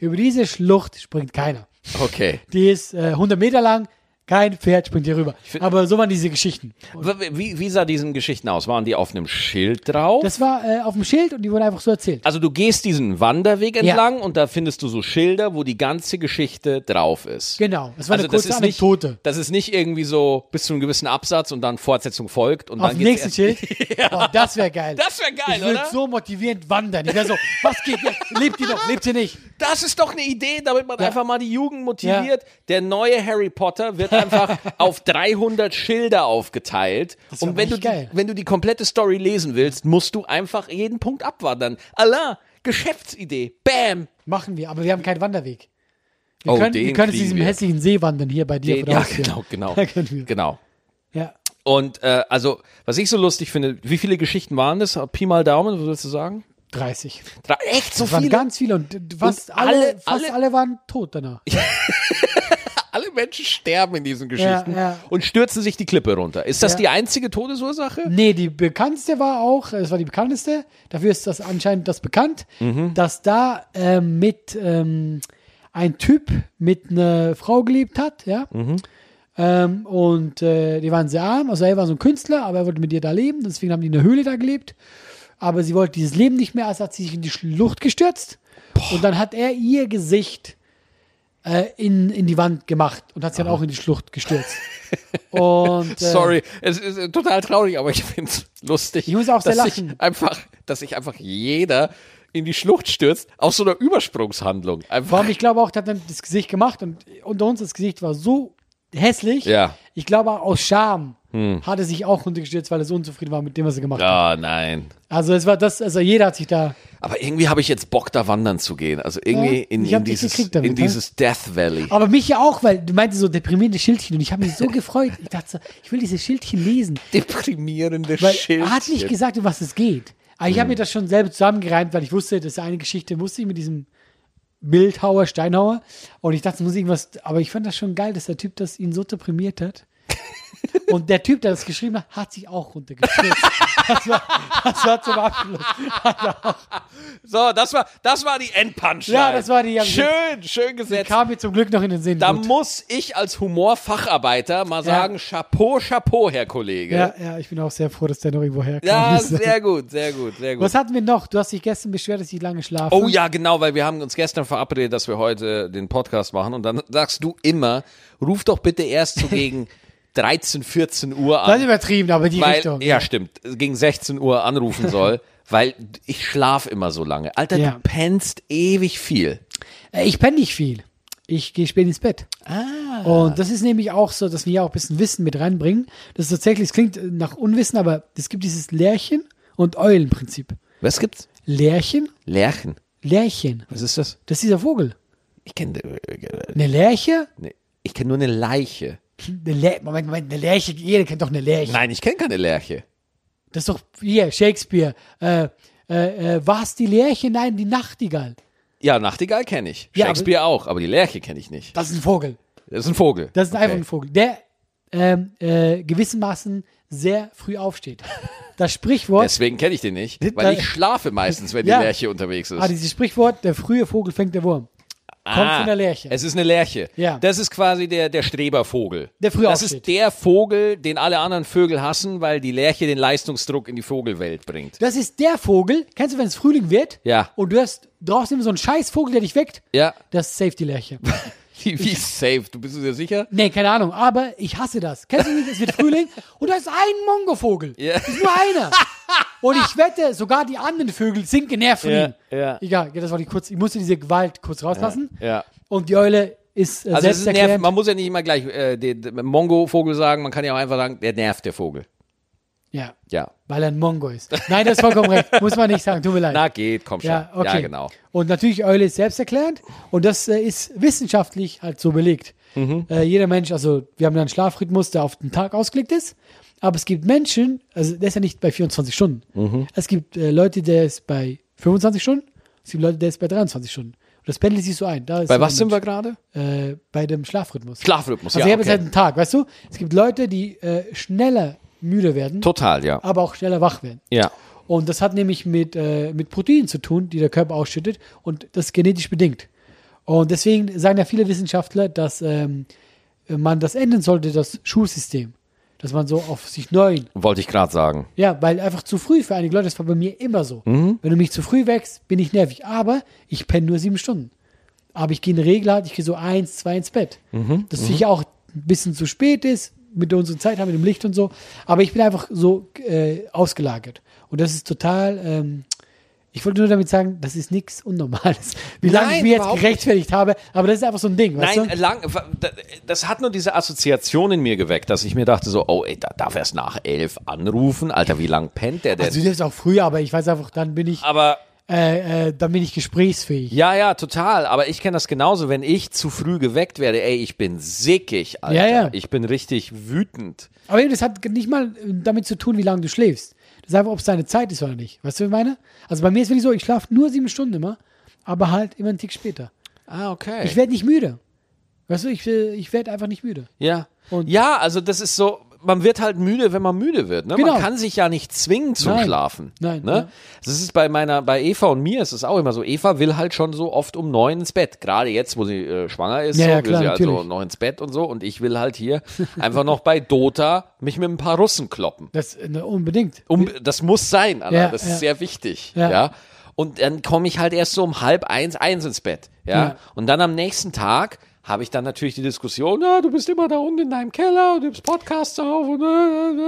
Speaker 2: über diese Schlucht springt keiner.
Speaker 1: okay.
Speaker 2: Die ist äh, 100 Meter lang, kein Pferd springt hier rüber.
Speaker 1: find-
Speaker 2: Aber so waren diese Geschichten.
Speaker 1: W- Wie, wie sah diesen Geschichten aus? Waren die auf einem Schild drauf?
Speaker 2: Das war äh, auf dem Schild und die wurden einfach so erzählt.
Speaker 1: also du gehst diesen Wanderweg entlang und da findest du so Schilder, wo die ganze Geschichte drauf ist.
Speaker 2: Genau, es war
Speaker 1: also
Speaker 2: eine kurze
Speaker 1: das ist nicht,
Speaker 2: Anekdote.
Speaker 1: Das ist nicht irgendwie so bis zu einem gewissen Absatz und dann Fortsetzung folgt und
Speaker 2: Auf
Speaker 1: dann
Speaker 2: dem
Speaker 1: geht's
Speaker 2: nächsten
Speaker 1: erst-
Speaker 2: Schild?
Speaker 1: [laughs]
Speaker 2: Oh, das wäre geil.
Speaker 1: Das wär geil,
Speaker 2: ich würd
Speaker 1: oder?
Speaker 2: so motivierend wandern. Ich wäre so, was geht jetzt? Lebt ihr noch? Lebt ihr nicht?
Speaker 1: Das ist doch eine Idee, damit man einfach mal die Jugend motiviert. Der neue Harry Potter wird [laughs] einfach auf 300 Schilder aufgeteilt.
Speaker 2: Das wär
Speaker 1: Und wenn du,
Speaker 2: echt
Speaker 1: die,
Speaker 2: geil.
Speaker 1: wenn du die komplette Story lesen willst, musst du einfach jeden Punkt abwandern. Allah, Geschäftsidee. Bam.
Speaker 2: Machen wir, aber wir haben keinen Wanderweg. Wir
Speaker 1: Oh,
Speaker 2: können,
Speaker 1: den
Speaker 2: wir können zu
Speaker 1: kriegen
Speaker 2: diesem
Speaker 1: wir.
Speaker 2: hässlichen See wandern hier bei dir. vor der
Speaker 1: ja,
Speaker 2: Haustür.
Speaker 1: genau, [laughs] genau.
Speaker 2: Da können wir.
Speaker 1: Genau.
Speaker 2: Ja.
Speaker 1: Und äh, also, was ich so lustig finde, wie viele Geschichten waren das? Pi mal Daumen, was würdest du sagen?
Speaker 2: 30.
Speaker 1: Drei, echt so
Speaker 2: Es waren
Speaker 1: viele?
Speaker 2: ganz viele und d- fast, alle,
Speaker 1: alle-
Speaker 2: fast
Speaker 1: alle-
Speaker 2: alle, waren tot danach.
Speaker 1: Alle Menschen sterben in diesen Geschichten
Speaker 2: ja.
Speaker 1: und stürzen sich die Klippe runter. Ist das
Speaker 2: Ja.
Speaker 1: die einzige Todesursache?
Speaker 2: Nee, die bekannteste war auch, äh, es war die bekannteste, dafür ist das anscheinend das bekannt, dass da ähm, mit ähm, ein Typ mit einer Frau gelebt hat, ja. Ähm, und äh, die waren sehr arm, also er war so ein Künstler, aber er wollte mit ihr da leben, deswegen haben die in der Höhle da gelebt. Aber sie wollte dieses Leben nicht mehr, also hat sie sich in die Schlucht gestürzt. Und dann hat er ihr Gesicht äh, in, in die Wand gemacht und hat sie dann auch in die Schlucht gestürzt. und, äh,
Speaker 1: Sorry, es ist äh, total traurig, aber ich finde es lustig.
Speaker 2: Ich muss auch sehr
Speaker 1: dass
Speaker 2: lachen.
Speaker 1: Ich einfach, dass sich einfach jeder in die Schlucht stürzt aus so einer Übersprungshandlung.
Speaker 2: Vor
Speaker 1: Einfach.
Speaker 2: allem, ich glaube auch, der hat dann das Gesicht gemacht und unter uns das Gesicht war so hässlich.
Speaker 1: Ja. Hm.
Speaker 2: Ich glaube, auch aus Scham hat er sich auch runtergestürzt, weil er so unzufrieden war mit dem, was er gemacht hat.
Speaker 1: Ja, nein.
Speaker 2: Also es war das, also jeder hat sich da.
Speaker 1: Aber irgendwie habe ich jetzt Bock, da wandern zu gehen. Also irgendwie
Speaker 2: Ja,
Speaker 1: in,
Speaker 2: ich hab
Speaker 1: in,
Speaker 2: dich
Speaker 1: dieses,
Speaker 2: gekriegt damit,
Speaker 1: in
Speaker 2: ne?
Speaker 1: dieses Death Valley.
Speaker 2: Aber mich ja auch, weil du meintest so deprimierende Schildchen und ich habe mich so gefreut. Ich dachte so, ich will diese Schildchen lesen.
Speaker 1: Deprimierende
Speaker 2: Weil
Speaker 1: Schild. Hm.
Speaker 2: er hat nicht gesagt, um was es geht. Aber ich habe mir das schon selber zusammengereimt, weil ich wusste, das ist eine Geschichte, wusste ich mit diesem Bildhauer, Steinhauer. Und ich dachte, es muss irgendwas. Aber ich fand das schon geil, dass der Typ das ihn so
Speaker 1: [laughs]
Speaker 2: deprimiert hat. Und der Typ, der das geschrieben hat, hat sich
Speaker 1: [laughs]
Speaker 2: auch runtergestürzt. Das war, das war zum Abschluss.
Speaker 1: So, das war, das war die Endpunchline.
Speaker 2: Ja, das war die- die-
Speaker 1: Schön, schön gesetzt.
Speaker 2: Kam mir zum Glück noch in den Sinn.
Speaker 1: Da
Speaker 2: Gut.
Speaker 1: muss ich als Humorfacharbeiter mal sagen, Chapeau, Chapeau, Herr Kollege.
Speaker 2: Ja, ja, ich bin auch sehr froh, dass der noch irgendwo herkam.
Speaker 1: Ja,
Speaker 2: [laughs]
Speaker 1: sehr gut, sehr gut, sehr gut.
Speaker 2: Was hatten wir noch? Du hast dich gestern beschwert, dass ich lange schlafe.
Speaker 1: Oh ja, genau, weil wir haben uns gestern verabredet, dass wir heute den Podcast machen und dann sagst du immer, ruf doch bitte erst so gegen
Speaker 2: [laughs]
Speaker 1: 13, 14 Uhr
Speaker 2: Das ist
Speaker 1: an.
Speaker 2: übertrieben, aber die
Speaker 1: Weil,
Speaker 2: Richtung.
Speaker 1: ja, stimmt, gegen 16 Uhr anrufen
Speaker 2: [laughs]
Speaker 1: soll, weil ich schlaf immer so lange. Alter,
Speaker 2: Ja.
Speaker 1: du pennst ewig viel.
Speaker 2: Äh, Ich penne nicht viel. Ich gehe spät ins Bett. Ah. Und das ist nämlich auch so, dass wir ja auch ein bisschen Wissen mit reinbringen. Das ist tatsächlich, es klingt äh, nach Unwissen, aber es gibt dieses Lärchen und Eulenprinzip.
Speaker 1: Was gibt's?
Speaker 2: Lärchen,
Speaker 1: Lerchen.
Speaker 2: Lärchen.
Speaker 1: Was ist das?
Speaker 2: Das ist dieser Vogel.
Speaker 1: Ich kenne.
Speaker 2: Eine Lerche
Speaker 1: äh, Nee. Ich kenne nur eine Leiche.
Speaker 2: Eine Le Moment, Moment, eine Lerche. Jeder kennt doch eine Lerche.
Speaker 1: Nein, ich kenne keine Lerche.
Speaker 2: Das ist doch hier, Shakespeare. Äh, äh, äh, war es die Lerche? Nein, die Nachtigall.
Speaker 1: Ja, Nachtigall kenne ich.
Speaker 2: Ja, aber-
Speaker 1: Shakespeare auch, aber die Lerche kenne ich nicht.
Speaker 2: Das ist ein Vogel.
Speaker 1: Das ist ein Vogel.
Speaker 2: Das ist
Speaker 1: Okay.
Speaker 2: einfach ein Vogel, der ähm, äh, gewissermaßen sehr früh aufsteht. Das Sprichwort,
Speaker 1: Deswegen kenne ich den nicht,
Speaker 2: Da-
Speaker 1: weil ich schlafe meistens, wenn die
Speaker 2: Ja.
Speaker 1: Lerche unterwegs ist. Ah,
Speaker 2: ah, dieses Sprichwort, der frühe Vogel fängt der Wurm. kommt von der Lerche.
Speaker 1: Es ist eine Lerche.
Speaker 2: Ja.
Speaker 1: Das ist quasi der, der Strebervogel.
Speaker 2: Der früh
Speaker 1: das
Speaker 2: aufsteht.
Speaker 1: ist der Vogel, den alle anderen Vögel hassen, weil die Lerche den Leistungsdruck in die Vogelwelt bringt.
Speaker 2: Das ist der Vogel, kennst du, wenn es Frühling wird?
Speaker 1: Ja.
Speaker 2: Und du hast draußen immer so einen scheiß Vogel, der dich weckt?
Speaker 1: Ja. [laughs]
Speaker 2: Das ist safe die Lerche.
Speaker 1: Wie, wie safe? Du bist du dir sicher?
Speaker 2: Nee, keine Ahnung, aber ich hasse das. Kennst du nicht, es wird
Speaker 1: [laughs]
Speaker 2: Frühling und da ist ein Mongovogel.
Speaker 1: Ja.
Speaker 2: Das Ist nur
Speaker 1: [laughs]
Speaker 2: einer. Und ich wette, sogar die anderen Vögel sind genervt von
Speaker 1: Ja,
Speaker 2: ihm.
Speaker 1: ja.
Speaker 2: Egal, das war die kurz, ich musste diese Gewalt kurz rauslassen.
Speaker 1: Ja.
Speaker 2: Und die Eule ist äh,
Speaker 1: Also es
Speaker 2: selbst
Speaker 1: ist nervt.
Speaker 2: erklärt.
Speaker 1: Man muss ja nicht immer gleich äh, den, den Mongo-Vogel sagen, man kann ja auch einfach sagen, der nervt der Vogel.
Speaker 2: Ja,
Speaker 1: Ja.
Speaker 2: weil er ein Mongo ist. Nein, das ist vollkommen recht. Muss man nicht sagen, tut mir leid.
Speaker 1: Na geht, komm schon.
Speaker 2: ja, okay.
Speaker 1: ja genau.
Speaker 2: Und natürlich Eule ist selbsterklärend und das äh, ist wissenschaftlich halt so belegt.
Speaker 1: Mhm.
Speaker 2: Äh, jeder Mensch, also wir haben da einen Schlafrhythmus, der auf den Tag ausgelegt ist, aber es gibt Menschen, also der ist ja nicht bei 24 Stunden.
Speaker 1: Mhm.
Speaker 2: Es gibt äh, Leute, der ist bei 25 Stunden, es gibt Leute, der ist bei 23 Stunden. Und das pendelt sich so ein. Da ist
Speaker 1: Bei
Speaker 2: jeder
Speaker 1: was sind wir
Speaker 2: Mensch.
Speaker 1: gerade?
Speaker 2: Äh, bei dem Schlafrhythmus.
Speaker 1: Schlafrhythmus,
Speaker 2: also
Speaker 1: ja.
Speaker 2: ich habe
Speaker 1: Okay.
Speaker 2: jetzt halt einen Tag, weißt du? Es gibt Leute, die äh, schneller müde werden,
Speaker 1: Total, ja.
Speaker 2: aber auch schneller wach werden.
Speaker 1: Ja.
Speaker 2: Und das hat nämlich mit, äh, mit Proteinen zu tun, die der Körper ausschüttet und das ist genetisch bedingt. Und deswegen sagen ja viele Wissenschaftler, dass ähm, man das ändern sollte, das Schulsystem. Dass man so auf sich neu.
Speaker 1: Wollte ich gerade sagen.
Speaker 2: Ja, weil einfach zu früh für einige Leute, das war bei mir immer so.
Speaker 1: Mhm.
Speaker 2: Wenn du mich zu früh wächst, bin ich nervig. Aber ich penne nur sieben Stunden. Aber ich gehe in der Regel halt, ich gehe so eins, zwei ins Bett.
Speaker 1: Mhm.
Speaker 2: Dass sicher auch ein bisschen zu spät ist, mit unserer Zeit haben, mit dem Licht und so. Aber ich bin einfach so äh, ausgelagert. Und das ist total. Ähm, ich wollte nur damit sagen, das ist nichts Unnormales. Wie lange ich
Speaker 1: Nein,
Speaker 2: mir jetzt
Speaker 1: überhaupt nicht.
Speaker 2: gerechtfertigt habe, aber das ist einfach so ein Ding, weißt
Speaker 1: Nein, äh,
Speaker 2: du?
Speaker 1: lang, das hat nur diese Assoziation in mir geweckt, dass ich mir dachte so, oh, ey, da darf erst nach elf anrufen. Alter, wie lang pennt der denn?
Speaker 2: Also, das ist auch früher, aber ich weiß einfach, dann bin ich,
Speaker 1: aber
Speaker 2: äh, äh, dann bin ich gesprächsfähig.
Speaker 1: ja, ja, total. Aber ich kenne das genauso, wenn ich zu früh geweckt werde. Ey, ich bin sickig, Alter.
Speaker 2: Ja, ja.
Speaker 1: Ich bin richtig wütend.
Speaker 2: Aber eben, das hat nicht mal äh, damit zu tun, wie lange du schläfst. Das ist einfach, ob es deine Zeit ist oder nicht. Weißt du, was ich meine? Also bei mir ist wirklich so, ich schlafe nur sieben Stunden immer, aber halt immer einen Tick später.
Speaker 1: Ah, okay.
Speaker 2: Ich werde nicht müde. Weißt du, ich, äh, ich werde einfach nicht müde.
Speaker 1: ja.
Speaker 2: Und-
Speaker 1: ja, also das ist so. Man wird halt müde, wenn man müde wird. Ne?
Speaker 2: Genau.
Speaker 1: Man kann sich ja nicht zwingen zum
Speaker 2: Nein.
Speaker 1: Schlafen.
Speaker 2: Nein,
Speaker 1: Ne?
Speaker 2: ja.
Speaker 1: Das ist bei meiner, bei Eva und mir ist es auch immer so. Eva will halt schon so oft um neun ins Bett. Gerade jetzt, wo sie äh, schwanger ist,
Speaker 2: Ja,
Speaker 1: so,
Speaker 2: ja,
Speaker 1: will
Speaker 2: klar,
Speaker 1: sie also
Speaker 2: natürlich.
Speaker 1: noch ins Bett und so. Und ich will halt
Speaker 2: [laughs]
Speaker 1: hier einfach noch bei Dota mich mit ein paar Russen kloppen.
Speaker 2: Das äh, ne, unbedingt.
Speaker 1: Um, das muss sein, Anna.
Speaker 2: Ja,
Speaker 1: das
Speaker 2: ja.
Speaker 1: ist sehr wichtig. Ja.
Speaker 2: Ja.
Speaker 1: Und dann komme ich halt erst so um halb eins, eins ins Bett. Ja.
Speaker 2: Ja.
Speaker 1: Und dann am nächsten Tag habe ich dann natürlich die Diskussion, na, du bist immer da unten in deinem Keller und nimmst Podcasts auf und äh,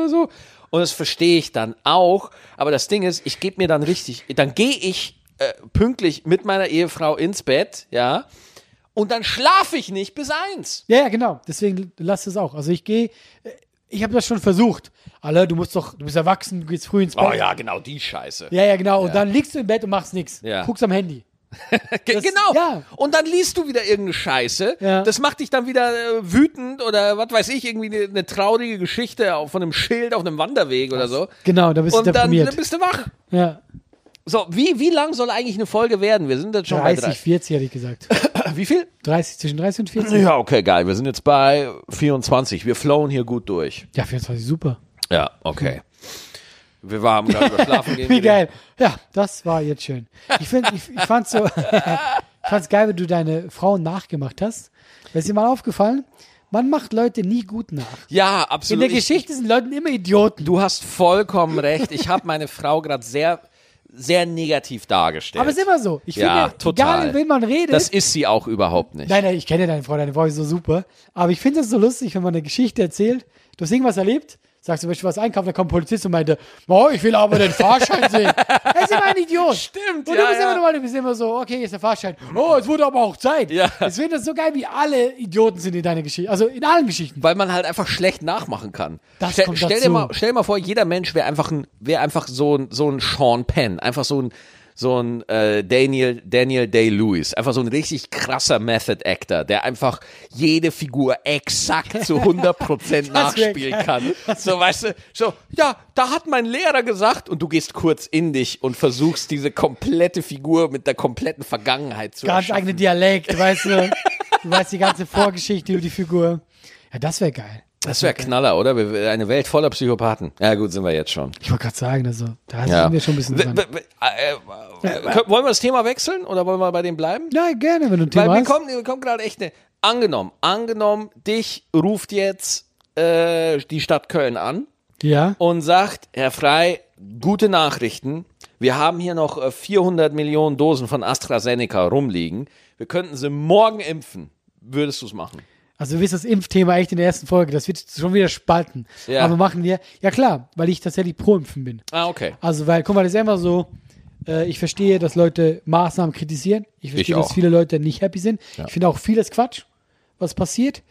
Speaker 1: äh, so. Und das verstehe ich dann auch. Aber das Ding ist, ich gebe mir dann richtig, dann gehe ich äh, pünktlich mit meiner Ehefrau ins Bett, ja. Und dann schlafe ich nicht bis eins.
Speaker 2: Ja, ja, genau. Deswegen lass es auch. Also ich gehe, äh, ich habe das schon versucht. Alle, du musst doch, du bist erwachsen, du gehst früh ins Bett.
Speaker 1: Oh ja, genau, die Scheiße.
Speaker 2: Ja, ja, genau. Und dann liegst du im Bett und machst nichts.
Speaker 1: Ja.
Speaker 2: Guckst am Handy.
Speaker 1: Ge- genau.
Speaker 2: ja.
Speaker 1: Und dann liest du wieder irgendeine Scheiße.
Speaker 2: Ja.
Speaker 1: Das macht dich dann wieder äh, wütend oder was weiß ich, irgendwie eine, eine traurige Geschichte auf, von einem Schild auf einem Wanderweg oder so.
Speaker 2: Genau, da bist
Speaker 1: Und
Speaker 2: du
Speaker 1: dann,
Speaker 2: deprimiert.
Speaker 1: dann bist du wach.
Speaker 2: ja,
Speaker 1: So, wie, wie lang soll eigentlich eine Folge werden? Wir sind jetzt schon
Speaker 2: 30,
Speaker 1: bei
Speaker 2: 40 hätte ich gesagt.
Speaker 1: drei. [clears throat] Wie viel?
Speaker 2: 30, zwischen 30 und 40.
Speaker 1: Ja, okay, geil. Wir sind jetzt bei 24. Wir flowen hier gut durch.
Speaker 2: Ja, 24, super.
Speaker 1: Ja, okay. Wir waren gerade über Schlafen gehen.
Speaker 2: Hm. [laughs] Wie
Speaker 1: geredet.
Speaker 2: geil. Ja, das war jetzt schön. Ich, find, ich, ich fand's so, [laughs] ich fand's geil, wenn du deine Frauen nachgemacht hast. Ist dir mal aufgefallen? Man macht Leute nie gut nach.
Speaker 1: Ja,
Speaker 2: In
Speaker 1: absolut.
Speaker 2: der
Speaker 1: Ich-
Speaker 2: Geschichte sind Leute immer Idioten.
Speaker 1: Du hast vollkommen recht. Ich habe meine Frau gerade sehr, sehr negativ dargestellt.
Speaker 2: Aber es ist immer so. Ich
Speaker 1: Ja,
Speaker 2: finde,
Speaker 1: total.
Speaker 2: egal, mit wem man redet.
Speaker 1: Das ist sie auch überhaupt nicht.
Speaker 2: nein, nein, ich kenne deine Frau, deine Frau ist so super. Aber ich finde es so lustig, wenn man eine Geschichte erzählt. Du hast irgendwas erlebt, sagst zum Beispiel was einkaufen, da kommt ein Polizist und meinte, oh, ich will aber
Speaker 1: [laughs]
Speaker 2: den Fahrschein sehen. Er ist immer ein Idiot.
Speaker 1: Stimmt,
Speaker 2: Und
Speaker 1: ja,
Speaker 2: du bist
Speaker 1: ja.
Speaker 2: immer normal, du bist immer so, okay, hier ist der Fahrschein. Oh, es wurde aber auch Zeit.
Speaker 1: Ja.
Speaker 2: Ich finde das so geil, wie alle Idioten sind in deiner Geschichte. Also in allen Geschichten.
Speaker 1: Weil man halt einfach schlecht nachmachen kann.
Speaker 2: Das
Speaker 1: stell,
Speaker 2: kommt
Speaker 1: stell, dir
Speaker 2: dazu.
Speaker 1: mal, stell dir mal vor, jeder Mensch wäre einfach, ein, wär einfach so, ein, so ein Sean Penn. Einfach so ein, so ein äh, Daniel, Daniel Day-Lewis, einfach so ein richtig krasser Method-Actor, der einfach jede Figur exakt
Speaker 2: [laughs]
Speaker 1: zu 100% nachspielen kann. So, weißt du, so, ja, da hat mein Lehrer gesagt und du gehst kurz in dich und versuchst diese komplette Figur mit der kompletten Vergangenheit zu
Speaker 2: Ganz
Speaker 1: erschaffen.
Speaker 2: eigenen Dialekt, weißt du. Du weißt die ganze Vorgeschichte über die Figur. Ja, das wäre geil.
Speaker 1: Das wäre Knaller, oder? Wir- Eine Welt voller Psychopathen. Ja, gut, sind wir jetzt schon.
Speaker 2: Ich wollte gerade sagen, also, da
Speaker 1: Ja.
Speaker 2: sind wir schon ein bisschen
Speaker 1: W-
Speaker 2: dran.
Speaker 1: w- w- äh, äh, kö- Wollen wir das Thema wechseln oder wollen wir bei dem bleiben?
Speaker 2: Ja, gerne, wenn du ein
Speaker 1: Weil
Speaker 2: Thema
Speaker 1: mir
Speaker 2: hast.
Speaker 1: kommt, mir kommt gerade echt eine. Angenommen, angenommen, dich ruft jetzt äh, die Stadt Köln an
Speaker 2: Ja.
Speaker 1: und sagt, Herr Frey, gute Nachrichten. Wir haben hier noch äh, 400 Millionen Dosen von AstraZeneca rumliegen. Wir könnten sie morgen impfen. Würdest du es machen?
Speaker 2: Also du wirst das Impfthema echt in der ersten Folge, das wird schon wieder spalten.
Speaker 1: Ja.
Speaker 2: Aber machen wir, ja klar, weil ich tatsächlich pro Impfen bin.
Speaker 1: Ah, okay.
Speaker 2: Also, weil, guck mal, das ist ja immer so, äh, ich verstehe, dass Leute Maßnahmen kritisieren. Ich verstehe,
Speaker 1: auch.
Speaker 2: dass viele Leute nicht happy sind. Ich finde auch vieles Quatsch, was passiert.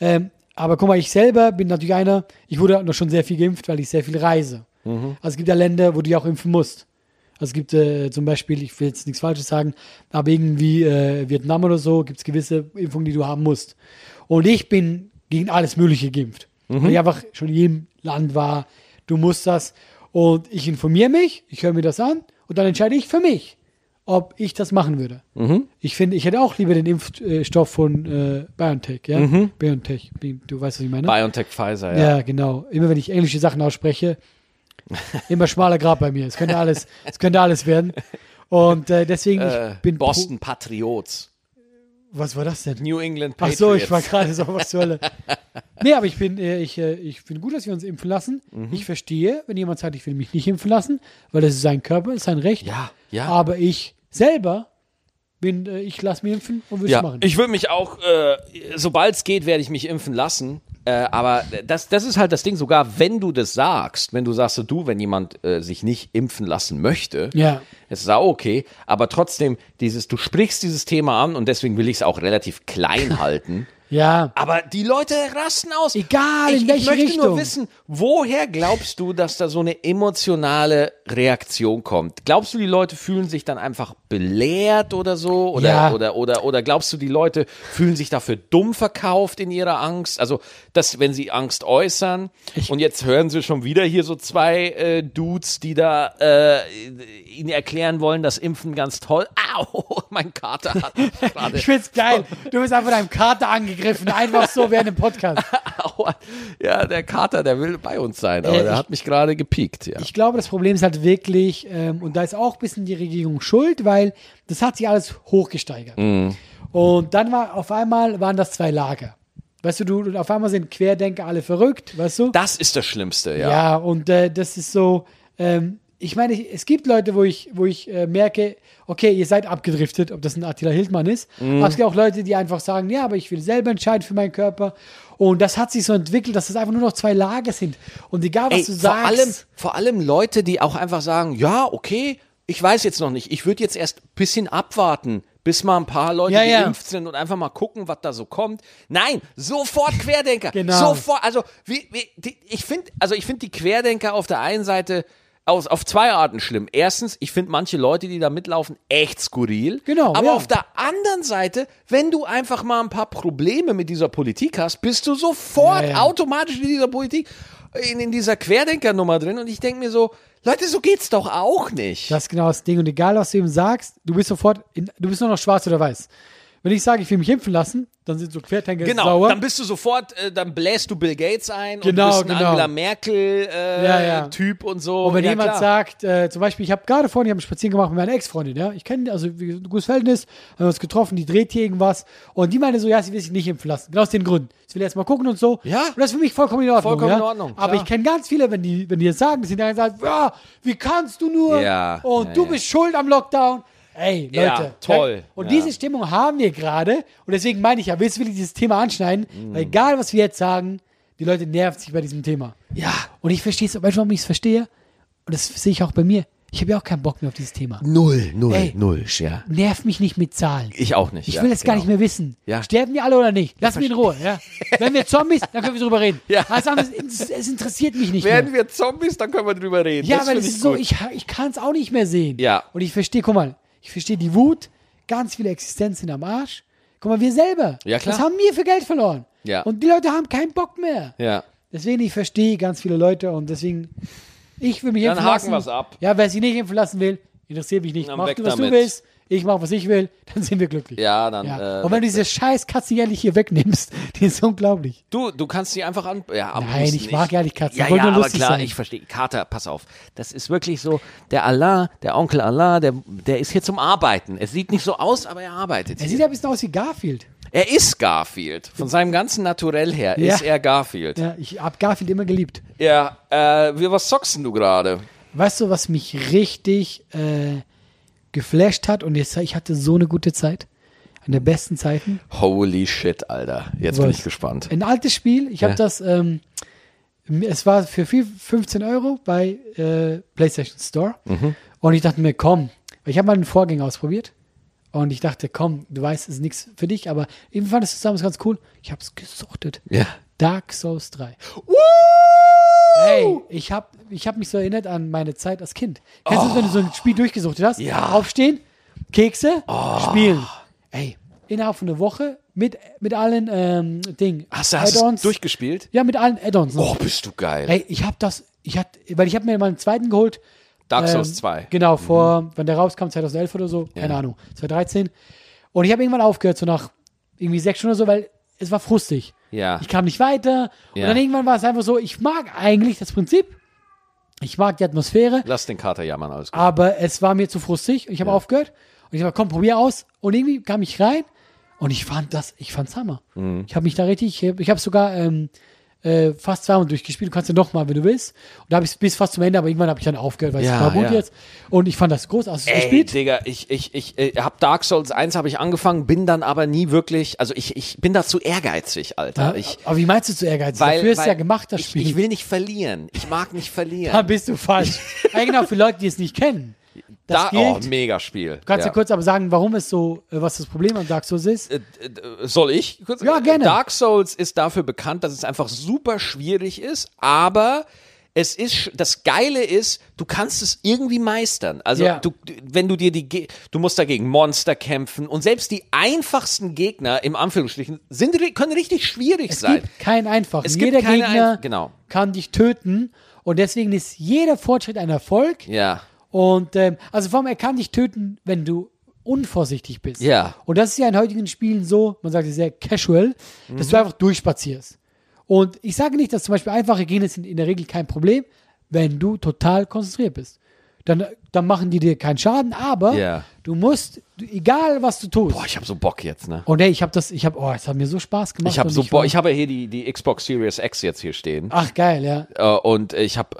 Speaker 2: Ähm, aber guck mal, ich selber bin natürlich einer, ich wurde noch schon sehr viel geimpft, weil ich sehr viel reise. Also es gibt ja Länder, wo du ja auch impfen musst. Also es gibt äh, zum Beispiel, ich will jetzt nichts Falsches sagen, aber irgendwie äh, Vietnam oder so gibt es gewisse Impfungen, die du haben musst. Und ich bin gegen alles Mögliche geimpft. Weil ich einfach schon in jedem Land war, du musst das. Und ich informiere mich, ich höre mir das an und dann entscheide ich für mich, ob ich das machen würde. Ich finde, ich hätte auch lieber den Impfstoff von äh, BioNTech, ja?
Speaker 1: Mhm.
Speaker 2: BioNTech, du weißt, was ich meine?
Speaker 1: BioNTech Pfizer, ja.
Speaker 2: Ne? Ja. genau. Immer wenn ich englische Sachen ausspreche,
Speaker 1: [laughs]
Speaker 2: immer schmaler Grab bei mir. Es könnte alles, es könnte alles werden. Und äh, deswegen,
Speaker 1: Äh,
Speaker 2: ich bin.
Speaker 1: Boston Patriots.
Speaker 2: Pro, was war das denn?
Speaker 1: New England
Speaker 2: Ach
Speaker 1: Patriots.
Speaker 2: so, ich war gerade so, was zur Hölle. Nee, aber ich bin, äh, ich, äh, ich finde gut, dass wir uns impfen lassen.
Speaker 1: Mhm.
Speaker 2: Ich verstehe, wenn jemand sagt, ich will mich nicht impfen lassen, weil das ist sein Körper, ist sein Recht.
Speaker 1: Ja, ja.
Speaker 2: Aber ich selber bin, äh, ich lasse mich impfen und will es
Speaker 1: ja,
Speaker 2: machen.
Speaker 1: Ich würde mich auch, äh, sobald es geht, werde ich mich impfen lassen. Äh, aber das, das ist halt das Ding, sogar wenn du das sagst, wenn du sagst, so, du, wenn jemand äh, sich nicht impfen lassen möchte,
Speaker 2: Ja.
Speaker 1: es ist auch okay, aber trotzdem, dieses, du sprichst dieses Thema an und deswegen will ich es auch relativ klein [laughs] halten.
Speaker 2: ja.
Speaker 1: Aber die Leute rasten aus.
Speaker 2: Egal,
Speaker 1: ich,
Speaker 2: in
Speaker 1: ich
Speaker 2: welche
Speaker 1: möchte nur
Speaker 2: Richtung.
Speaker 1: wissen, woher glaubst du, dass da so eine emotionale Reaktion kommt? Glaubst du, die Leute fühlen sich dann einfach belehrt oder so? Oder,
Speaker 2: Ja.
Speaker 1: oder, oder, oder glaubst du, die Leute fühlen sich dafür dumm verkauft in ihrer Angst? Also, dass, wenn sie Angst äußern, und jetzt hören sie schon wieder hier so zwei äh, Dudes, die da äh, ihnen erklären wollen, dass Impfen ganz toll. [laughs] Au, mein Kater
Speaker 2: [laughs]
Speaker 1: hat mich gerade
Speaker 2: Ich find's geil. Du bist einfach deinem Kater angegriffen, einfach so während dem Podcast.
Speaker 1: Aua. Ja, der Kater, der will bei uns sein, aber
Speaker 2: Äh,
Speaker 1: der
Speaker 2: ich-
Speaker 1: hat mich gerade gepiekt. Ja.
Speaker 2: Ich glaube, das Problem ist halt wirklich, ähm, und da ist auch ein bisschen die Regierung schuld, weil das hat sich alles hochgesteigert. Und dann war auf einmal waren das zwei Lager. Weißt du, du, und auf einmal sind Querdenker alle verrückt, weißt du?
Speaker 1: das ist das Schlimmste, ja.
Speaker 2: ja. und äh, das ist so, ähm, ich meine, ich- es gibt Leute, wo ich, wo ich äh, merke, okay, ihr seid abgedriftet, ob das ein Attila Hildmann ist.
Speaker 1: Mhm.
Speaker 2: Aber es gibt auch Leute, die einfach sagen, ja, aber ich will selber entscheiden für meinen Körper. Und das hat sich so entwickelt, dass es einfach nur noch zwei Lager sind. Und egal, was
Speaker 1: Ey,
Speaker 2: du
Speaker 1: vor,
Speaker 2: sagst.
Speaker 1: allem, vor allem Leute, die auch einfach sagen, ja, okay, ich weiß jetzt noch nicht, ich würde jetzt erst ein bisschen abwarten, bis mal ein paar Leute
Speaker 2: Ja, ja.
Speaker 1: geimpft sind und einfach mal gucken, was da so kommt. Nein, sofort Querdenker.
Speaker 2: [laughs] Genau.
Speaker 1: Sofort, also wie, wie, die, ich finde also ich finde die Querdenker auf der einen Seite aus, auf zwei Arten schlimm. Erstens, ich finde manche Leute, die da mitlaufen, echt skurril.
Speaker 2: Genau,
Speaker 1: Aber
Speaker 2: ja.
Speaker 1: auf der anderen Seite, wenn du einfach mal ein paar Probleme mit dieser Politik hast, bist du sofort
Speaker 2: Ja, ja.
Speaker 1: automatisch in dieser Politik, in, in dieser Querdenkernummer drin. Und ich denke mir so, Leute, so geht's doch auch nicht.
Speaker 2: Das ist genau das Ding. Und egal, was du ihm sagst, du bist sofort, in, du bist nur noch schwarz oder weiß. Wenn ich sage, ich will mich impfen lassen, dann sind so Querdenker
Speaker 1: genau,
Speaker 2: sauer.
Speaker 1: dann bist du sofort, äh, dann bläst du Bill Gates ein
Speaker 2: Genau,
Speaker 1: und bist ein
Speaker 2: genau.
Speaker 1: Angela Merkel-Typ äh,
Speaker 2: Ja, ja.
Speaker 1: Typ und so.
Speaker 2: und Oh, wenn
Speaker 1: Ja,
Speaker 2: jemand
Speaker 1: klar.
Speaker 2: sagt, äh, zum Beispiel, ich habe gerade vorhin, ich habe einen Spaziergang gemacht mit meiner Ex-Freundin, ja, ich kenne, also wie gesagt, ein gutes Verhältnis, haben wir uns getroffen, die dreht hier irgendwas und die meinte so, ja, sie will sich nicht impfen lassen, genau aus den Gründen. Sie will erst mal gucken und so.
Speaker 1: Ja.
Speaker 2: Und das ist für mich vollkommen in Ordnung.
Speaker 1: Vollkommen
Speaker 2: ja?
Speaker 1: in Ordnung,
Speaker 2: Aber
Speaker 1: klar.
Speaker 2: ich kenne ganz viele, wenn die, wenn die das sagen, dass die dann sagen, ja, wie kannst du nur?
Speaker 1: Ja,
Speaker 2: Und
Speaker 1: ja,
Speaker 2: du
Speaker 1: ja.
Speaker 2: bist schuld am Lockdown. Ey, Leute.
Speaker 1: Ja, toll.
Speaker 2: Und
Speaker 1: Ja.
Speaker 2: diese Stimmung haben wir gerade. Und deswegen meine ich ja, willst du wirklich dieses Thema anschneiden?
Speaker 1: Mhm.
Speaker 2: Weil egal, was wir jetzt sagen, die Leute nerven sich bei diesem Thema.
Speaker 1: Ja.
Speaker 2: Und ich verstehe es, weißt du, warum ich es verstehe? Und das sehe ich auch bei mir. Ich habe ja auch keinen Bock mehr auf dieses Thema.
Speaker 1: Null, null,
Speaker 2: Ey.
Speaker 1: null, ja.
Speaker 2: Nerv mich nicht mit Zahlen.
Speaker 1: Ich auch nicht.
Speaker 2: Ich
Speaker 1: ja,
Speaker 2: will das gar
Speaker 1: genau.
Speaker 2: nicht mehr wissen.
Speaker 1: Ja.
Speaker 2: Sterben wir alle oder nicht? Lass mich in Ruhe. Ja. Wenn wir Zombies, dann können wir drüber reden.
Speaker 1: Ja.
Speaker 2: Alles andere, es, es interessiert mich nicht
Speaker 1: Werden
Speaker 2: mehr.
Speaker 1: wir Zombies, dann können wir drüber reden.
Speaker 2: Ja,
Speaker 1: das
Speaker 2: weil
Speaker 1: find
Speaker 2: es
Speaker 1: ich
Speaker 2: ist so,
Speaker 1: gut.
Speaker 2: ich, ha- ich kann es auch nicht mehr sehen.
Speaker 1: Ja.
Speaker 2: Und ich verstehe, guck mal, ich verstehe die Wut, ganz viele Existenzen am Arsch. Guck mal, wir selber.
Speaker 1: Ja, klar.
Speaker 2: Was haben wir für Geld verloren?
Speaker 1: Ja.
Speaker 2: Und die Leute haben keinen Bock mehr.
Speaker 1: ja.
Speaker 2: Deswegen, ich verstehe ganz viele Leute und deswegen, ich will mich
Speaker 1: Dann
Speaker 2: impfen
Speaker 1: haken
Speaker 2: lassen.
Speaker 1: wir's ab.
Speaker 2: Ja, wer sich nicht impfen lassen will, interessiert mich nicht.
Speaker 1: Dann
Speaker 2: Mach
Speaker 1: weg
Speaker 2: du, was
Speaker 1: damit.
Speaker 2: du willst, ich mach, was ich will, [laughs] dann sind wir glücklich.
Speaker 1: Ja, dann.
Speaker 2: Ja.
Speaker 1: Äh,
Speaker 2: und wenn du diese scheiß Katze jährlich hier wegnimmst, [laughs] die ist unglaublich.
Speaker 1: du, du kannst die einfach an. Ja, am
Speaker 2: Nein,
Speaker 1: liebsten
Speaker 2: ich mag ehrlich Katzen.
Speaker 1: Ja,
Speaker 2: Ich wollte
Speaker 1: ja,
Speaker 2: nur
Speaker 1: aber
Speaker 2: lustig
Speaker 1: klar,
Speaker 2: sein.
Speaker 1: ich verstehe. Kater, pass auf. Das ist wirklich so, der Allah, der Onkel Allah, der, der ist hier zum Arbeiten. Es sieht nicht so aus, aber er arbeitet.
Speaker 2: Er
Speaker 1: hier.
Speaker 2: sieht ja ein bisschen aus wie Garfield.
Speaker 1: Er ist Garfield. Von seinem ganzen Naturell her
Speaker 2: Ja.
Speaker 1: ist er Garfield.
Speaker 2: Ja, ich hab Garfield immer geliebt.
Speaker 1: Ja, äh, wie, was zockst denn du gerade?
Speaker 2: Weißt du, was mich richtig äh, geflasht hat? Und jetzt, ich hatte so eine gute Zeit. An der besten Zeiten.
Speaker 1: Holy shit, Alter. Jetzt bin
Speaker 2: Was? Äh,
Speaker 1: ich gespannt.
Speaker 2: Ein altes Spiel. Ich habe
Speaker 1: Ja.
Speaker 2: das. Ähm, es war für viel- 15 Euro bei äh, PlayStation Store.
Speaker 1: Mhm.
Speaker 2: Und ich dachte mir, komm, weil ich habe mal einen Vorgänger ausprobiert. Und ich dachte, komm, du weißt, es ist nichts für dich, aber eben fand es zusammen ist ganz cool. Ich habe es gesuchtet.
Speaker 1: Ja.
Speaker 2: Dark Souls 3. Hey, ich habe ich hab mich so erinnert an meine Zeit als Kind. Kennst du, das, wenn du so ein Spiel durchgesuchtet hast?
Speaker 1: Oh. Ja. Oh.
Speaker 2: Aufstehen, Kekse, spielen. Ey, innerhalb von einer Woche mit, mit allen ähm, Dingen.
Speaker 1: Hast du, hast du es durchgespielt?
Speaker 2: Ja, mit allen Add-ons.
Speaker 1: Oh, bist du geil.
Speaker 2: Ey, ich habe das, ich hatte, weil ich habe mir mal einen zweiten geholt.
Speaker 1: Dark Souls Mhm. 2.
Speaker 2: Genau, vor, wenn der rauskam, 2011 oder so, keine Ahnung, 2013. Und ich habe irgendwann aufgehört, so nach irgendwie sechs Stunden oder so, weil es war frustig.
Speaker 1: Ja.
Speaker 2: Ich kam nicht weiter.
Speaker 1: Ja.
Speaker 2: Und dann irgendwann war es einfach so, ich mag eigentlich das Prinzip. Ich mag die Atmosphäre,
Speaker 1: Lass den Kater jammern, alles gut.
Speaker 2: aber es war mir zu frustig. Und ich habe aufgehört. Und ich habe komm, probier aus. Und irgendwie kam ich rein und ich fand das, ich fand's Hammer.
Speaker 1: Mhm.
Speaker 2: Ich habe mich da richtig, ich habe ich hab sogar ähm, äh, fast zweimal durchgespielt. Du kannst ja nochmal, wenn du willst. Und da habe ich bis fast zum Ende, aber irgendwann habe ich dann aufgehört, weil
Speaker 1: Ja,
Speaker 2: es war gut
Speaker 1: ja.
Speaker 2: jetzt. Und ich fand das groß. Hast du es
Speaker 1: Ey,
Speaker 2: gespielt?
Speaker 1: Digga, ich, ich, ich, ich hab Dark Souls 1 habe ich angefangen, bin dann aber nie wirklich, also ich, ich bin dazu ehrgeizig, Alter.
Speaker 2: Ja,
Speaker 1: Ich,
Speaker 2: aber wie meinst du zu ehrgeizig?
Speaker 1: weil,
Speaker 2: Dafür ist
Speaker 1: weil
Speaker 2: ja gemacht, das
Speaker 1: ich,
Speaker 2: Spiel.
Speaker 1: Ich will nicht verlieren. Ich mag nicht verlieren.
Speaker 2: [laughs] da bist
Speaker 1: [laughs]
Speaker 2: du falsch. ja, genau, für Leute, die es nicht kennen. Das
Speaker 1: da, oh,
Speaker 2: gilt.
Speaker 1: mega Spiel.
Speaker 2: Kannst
Speaker 1: ja.
Speaker 2: du kurz aber sagen, warum es so, äh, was das Problem an Dark Souls ist?
Speaker 1: Äh, äh, Soll ich? Kurz?
Speaker 2: Ja, gerne.
Speaker 1: Dark Souls ist dafür bekannt, dass es einfach super schwierig ist, aber es ist sch- das Geile ist, du kannst es irgendwie meistern. Also
Speaker 2: Ja.
Speaker 1: du, du- wenn du dir die, Ge- du musst dagegen Monster kämpfen und selbst die einfachsten Gegner im Anführungsstrichen sind ri- können richtig schwierig
Speaker 2: Es
Speaker 1: sein.
Speaker 2: gibt keinen einfachen.
Speaker 1: Es gibt
Speaker 2: jeder
Speaker 1: keine
Speaker 2: Gegner
Speaker 1: Einf- genau.
Speaker 2: kann dich töten und deswegen ist jeder Fortschritt ein Erfolg.
Speaker 1: Ja,
Speaker 2: Und ähm, also vor allem, er kann dich töten, wenn du unvorsichtig bist.
Speaker 1: Ja.
Speaker 2: Und das ist ja in heutigen Spielen so, man sagt ja sehr casual, dass du
Speaker 1: Mhm.
Speaker 2: einfach durchspazierst. Und ich sage nicht, dass zum Beispiel einfache Gegner sind in der Regel kein Problem, wenn du total konzentriert bist. Dann, dann machen die dir keinen Schaden, aber
Speaker 1: Ja.
Speaker 2: du musst, du, egal was du tust.
Speaker 1: boah, ich habe so Bock jetzt, ne?
Speaker 2: Und ey, ich habe das, ich habe, oh, es hat mir so Spaß gemacht.
Speaker 1: Ich habe
Speaker 2: und
Speaker 1: so
Speaker 2: war-
Speaker 1: Bock, ich habe ja hier die die Xbox Series X jetzt hier stehen.
Speaker 2: Ach geil, ja.
Speaker 1: Äh, und ich habe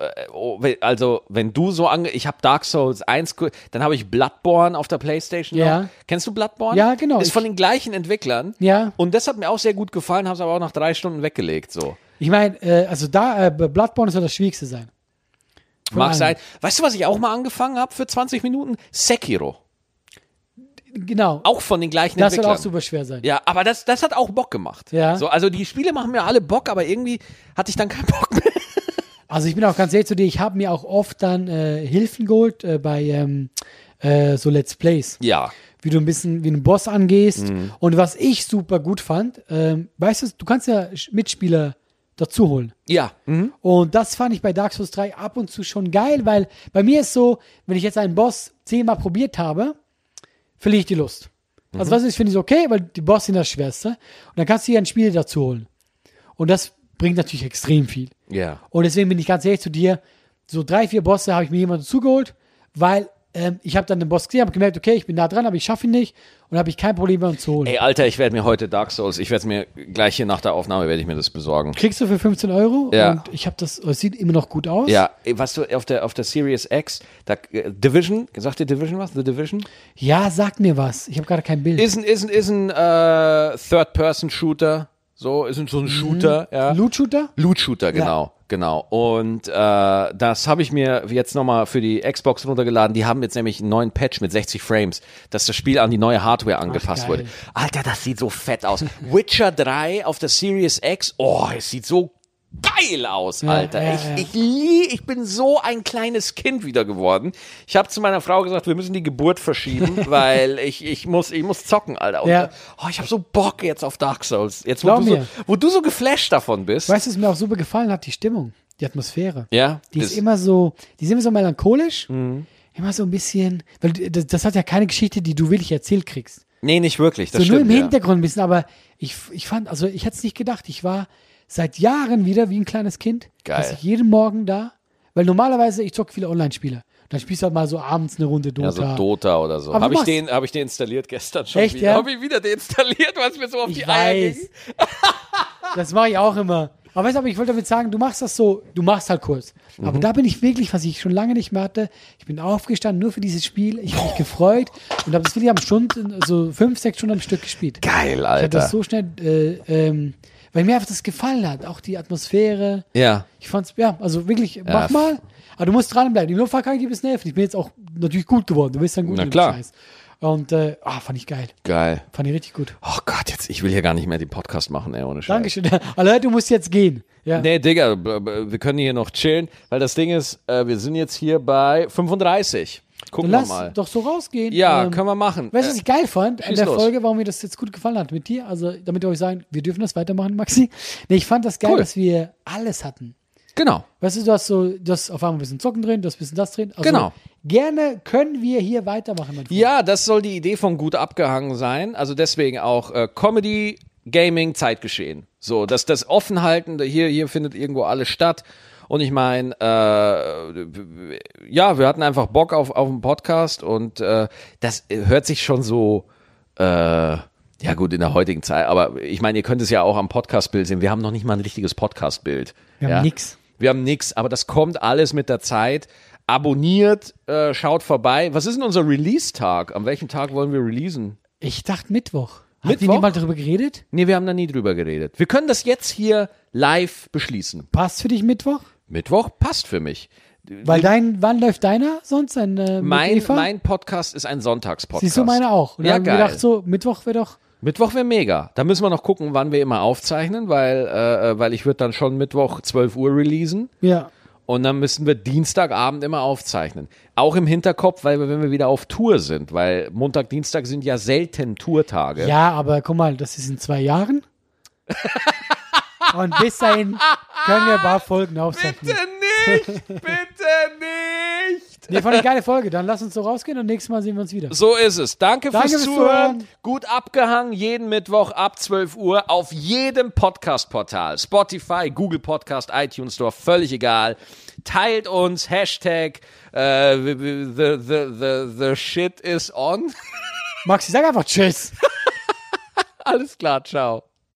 Speaker 1: also wenn du so ange ich habe Dark Souls 1 gu- dann habe ich Bloodborne auf der Playstation
Speaker 2: Ja.
Speaker 1: noch. kennst du Bloodborne
Speaker 2: Ja, genau.
Speaker 1: ist von
Speaker 2: Ich-
Speaker 1: den gleichen Entwicklern
Speaker 2: Ja.
Speaker 1: und das hat mir auch sehr gut gefallen habe es aber auch nach drei Stunden weggelegt so
Speaker 2: Ich meine, äh, also da, äh, Bloodborne soll das Schwierigste sein. Von
Speaker 1: mag
Speaker 2: allen.
Speaker 1: sein weißt du was ich auch mal angefangen habe für 20 Minuten Sekiro
Speaker 2: Genau.
Speaker 1: auch von den gleichen
Speaker 2: Das soll
Speaker 1: Entwicklern
Speaker 2: auch super schwer sein.
Speaker 1: ja, aber das, das hat auch Bock gemacht.
Speaker 2: Ja.
Speaker 1: So, also die Spiele machen mir alle Bock, aber irgendwie hatte ich dann keinen Bock mehr.
Speaker 2: Also ich bin auch ganz ehrlich zu dir, ich habe mir auch oft dann äh, Hilfen geholt äh, bei ähm, äh, so Let's Plays.
Speaker 1: Ja.
Speaker 2: Wie du ein bisschen wie einen Boss angehst.
Speaker 1: Mhm.
Speaker 2: Und was ich super gut fand, ähm, weißt du, du kannst ja Sch- Mitspieler dazu holen.
Speaker 1: Ja. Mhm.
Speaker 2: Und das fand ich bei Dark Souls 3 ab und zu schon geil, weil bei mir ist so, wenn ich jetzt einen Boss zehnmal probiert habe, verliere ich die Lust.
Speaker 1: Mhm.
Speaker 2: Also was ich finde ich so okay, weil die Boss sind das Schwerste. Und dann kannst du dir einen Spieler dazu holen. Und das bringt natürlich extrem viel.
Speaker 1: Ja.
Speaker 2: Und deswegen bin ich ganz ehrlich zu dir, so drei, vier Bosse habe ich mir jemanden zugeholt, weil ähm, ich habe dann den Boss gesehen, habe gemerkt, okay, ich bin nah dran, aber ich schaffe ihn nicht und habe ich kein Problem, jemanden zu holen.
Speaker 1: Ey, Alter, ich werde mir heute Dark Souls, ich werde es mir gleich hier nach der Aufnahme, werde ich mir das besorgen.
Speaker 2: Kriegst du für 15 Euro
Speaker 1: Ja.
Speaker 2: und ich habe das, es sieht immer noch gut aus.
Speaker 1: Ja, ey, was du auf der auf der Series X, da äh, Division, sagt dir Division was? The Division?
Speaker 2: Ja, sag mir was. Ich habe gerade kein Bild.
Speaker 1: Ist ein ist ein ist ein äh, Third Person Shooter, So, ist so ein Shooter, ja.
Speaker 2: Loot-Shooter?
Speaker 1: Loot-Shooter, genau, genau. Und äh, das habe ich mir jetzt nochmal für die Xbox runtergeladen. Die haben jetzt nämlich einen neuen Patch mit 60 Frames, dass das Spiel an die neue Hardware angepasst
Speaker 2: geil.
Speaker 1: wurde. Alter, das sieht so fett aus. [laughs] Witcher 3 auf der Series X, oh, es sieht so geil aus, Alter.
Speaker 2: ja,
Speaker 1: ich,
Speaker 2: ja.
Speaker 1: Ich, lie ich bin so ein kleines Kind wieder geworden. Ich habe zu meiner Frau gesagt, wir müssen die Geburt
Speaker 2: [laughs]
Speaker 1: verschieben, weil ich, ich, muss, ich muss zocken, Alter. Und,
Speaker 2: Ja.
Speaker 1: oh, ich habe so Bock jetzt auf Dark Souls. Jetzt, wo
Speaker 2: Glaub
Speaker 1: du, so,
Speaker 2: mir.
Speaker 1: wo du so geflasht davon bist.
Speaker 2: Weißt du, was mir auch super gefallen hat? Die Stimmung, die Atmosphäre.
Speaker 1: Ja,
Speaker 2: Die
Speaker 1: das-
Speaker 2: ist
Speaker 1: Mhm.
Speaker 2: immer so, die sind immer so melancholisch, immer so ein bisschen, weil du- das, das hat ja keine Geschichte, die du wirklich erzählt kriegst.
Speaker 1: Nee, nicht wirklich. Das
Speaker 2: so
Speaker 1: stimmt,
Speaker 2: nur im
Speaker 1: ja.
Speaker 2: Hintergrund ein bisschen, aber ich, ich fand, also ich hätte es nicht gedacht. Ich war seit Jahren wieder wie ein kleines Kind,
Speaker 1: Geil.
Speaker 2: dass ich jeden Morgen da, weil normalerweise ich zocke viele Online-Spiele. Dann spielst du halt mal so abends eine Runde Dota.
Speaker 1: Ja, so Dota oder so.
Speaker 2: Aber du
Speaker 1: Habe ich,
Speaker 2: machst-
Speaker 1: den- hab ich den installiert gestern schon
Speaker 2: Echt,
Speaker 1: wieder?
Speaker 2: ja?
Speaker 1: Habe ich wieder deinstalliert, weil es mir so auf die
Speaker 2: ich
Speaker 1: Eier ging.
Speaker 2: weiß. [laughs] das mache ich auch immer. Aber weißt du, aber ich wollte damit sagen, du machst das so, du machst halt kurz.
Speaker 1: Mhm.
Speaker 2: Aber da bin ich wirklich, was ich schon lange nicht mehr hatte, ich bin aufgestanden nur für dieses Spiel, ich habe mich gefreut und habe es wirklich am Stunden, so fünf, sechs Stunden am Stück gespielt.
Speaker 1: Geil,
Speaker 2: Ich habe
Speaker 1: Alter.
Speaker 2: das so schnell, äh, ähm, weil mir einfach das gefallen hat, auch die Atmosphäre.
Speaker 1: ja.
Speaker 2: Ich fand's, ja, also wirklich, mach mal. Aber du musst dranbleiben. Im Notfall kann ich dir bis nerven. Ich bin jetzt auch natürlich gut geworden. Du bist dann gut
Speaker 1: Na
Speaker 2: in dem
Speaker 1: klar.
Speaker 2: Scheiß. Und äh, ah, fand ich geil.
Speaker 1: Geil.
Speaker 2: Fand ich richtig gut.
Speaker 1: Oh Gott, jetzt, ich will hier gar nicht mehr den Podcast machen, ey, ohne Scheiß.
Speaker 2: Dankeschön. [laughs] Alle Leute, du musst jetzt gehen. Ja.
Speaker 1: Nee, Digga, b- b- wir können hier noch chillen, weil das Ding ist, äh, wir sind jetzt hier bei 35. Gucken wir
Speaker 2: Lass
Speaker 1: mal.
Speaker 2: doch so rausgehen.
Speaker 1: Ja,
Speaker 2: Ähm,
Speaker 1: können wir machen. Äh,
Speaker 2: Weißt du, was ich geil fand an
Speaker 1: schieß
Speaker 2: der
Speaker 1: los.
Speaker 2: Folge, warum mir das jetzt gut gefallen hat mit dir? Also, damit wir euch sagen, wir dürfen das weitermachen, Maxi. Nee, ich fand das geil,
Speaker 1: Cool.
Speaker 2: dass wir alles hatten.
Speaker 1: genau.
Speaker 2: Weißt du, du hast so, du hast auf einmal ein bisschen Zocken drin, du hast ein bisschen das drin. Also,
Speaker 1: Genau.
Speaker 2: Gerne können wir hier weitermachen, mein Freund.
Speaker 1: Ja, das soll die Idee von gut abgehangen sein. Also deswegen auch äh, Comedy, Gaming, Zeitgeschehen. So, dass das Offenhalten, hier, hier findet irgendwo alles statt. Und ich meine, äh, ja, wir hatten einfach Bock auf, auf einen Podcast und äh, das äh, hört sich schon so, äh, ja gut, in der heutigen Zeit, aber ich meine, ihr könnt es ja auch am Podcastbild sehen. Wir haben noch nicht mal ein richtiges Podcastbild.
Speaker 2: Wir haben
Speaker 1: ja.
Speaker 2: nix.
Speaker 1: Wir haben nix, aber das kommt alles mit der Zeit. Abonniert, äh, schaut vorbei. Was ist denn unser Release-Tag? An welchem Tag wollen wir releasen?
Speaker 2: Ich dachte Mittwoch. Hat
Speaker 1: Mittwoch?
Speaker 2: ihr niemand darüber geredet?
Speaker 1: Nee, wir haben da nie drüber geredet. Wir können das jetzt hier live beschließen.
Speaker 2: Passt für dich Mittwoch?
Speaker 1: Mittwoch passt für mich.
Speaker 2: Weil dein, wann läuft deiner sonst? Ein, äh, mit
Speaker 1: Mein,
Speaker 2: Eva?
Speaker 1: mein Podcast ist ein Sonntagspodcast.
Speaker 2: Siehst du, meine auch. Und
Speaker 1: Ja,
Speaker 2: dann haben wir
Speaker 1: geil.
Speaker 2: gedacht, so, Mittwoch wäre doch.
Speaker 1: Mittwoch wäre mega. Da müssen wir noch gucken, wann wir immer aufzeichnen, weil, äh, äh, weil ich würde dann schon Mittwoch 12 Uhr releasen.
Speaker 2: Ja.
Speaker 1: Und dann müssen wir Dienstagabend immer aufzeichnen. Auch im Hinterkopf, weil wir, wenn wir wieder auf Tour sind, weil Montag, Dienstag sind ja selten Tourtage.
Speaker 2: Ja, aber guck mal, das ist in zwei Jahren. Und bis dahin können wir ein paar Folgen aufzeichnen.
Speaker 1: nicht! Bitte nicht!
Speaker 2: Nee, fand ich eine geile Folge. Dann lass uns so rausgehen und nächstes Mal sehen wir uns wieder.
Speaker 1: So ist es. Danke,
Speaker 2: Danke
Speaker 1: fürs
Speaker 2: fürs
Speaker 1: Zuhören.
Speaker 2: Zuhören.
Speaker 1: Gut abgehangen, jeden Mittwoch ab 12 Uhr auf jedem Podcast-Portal. Spotify, Google Podcast, iTunes Store, völlig egal. Teilt uns, Hashtag äh, the, the, the, the, the shit is on. [laughs]
Speaker 2: Maxi, sag einfach Tschüss.
Speaker 1: Alles klar, ciao.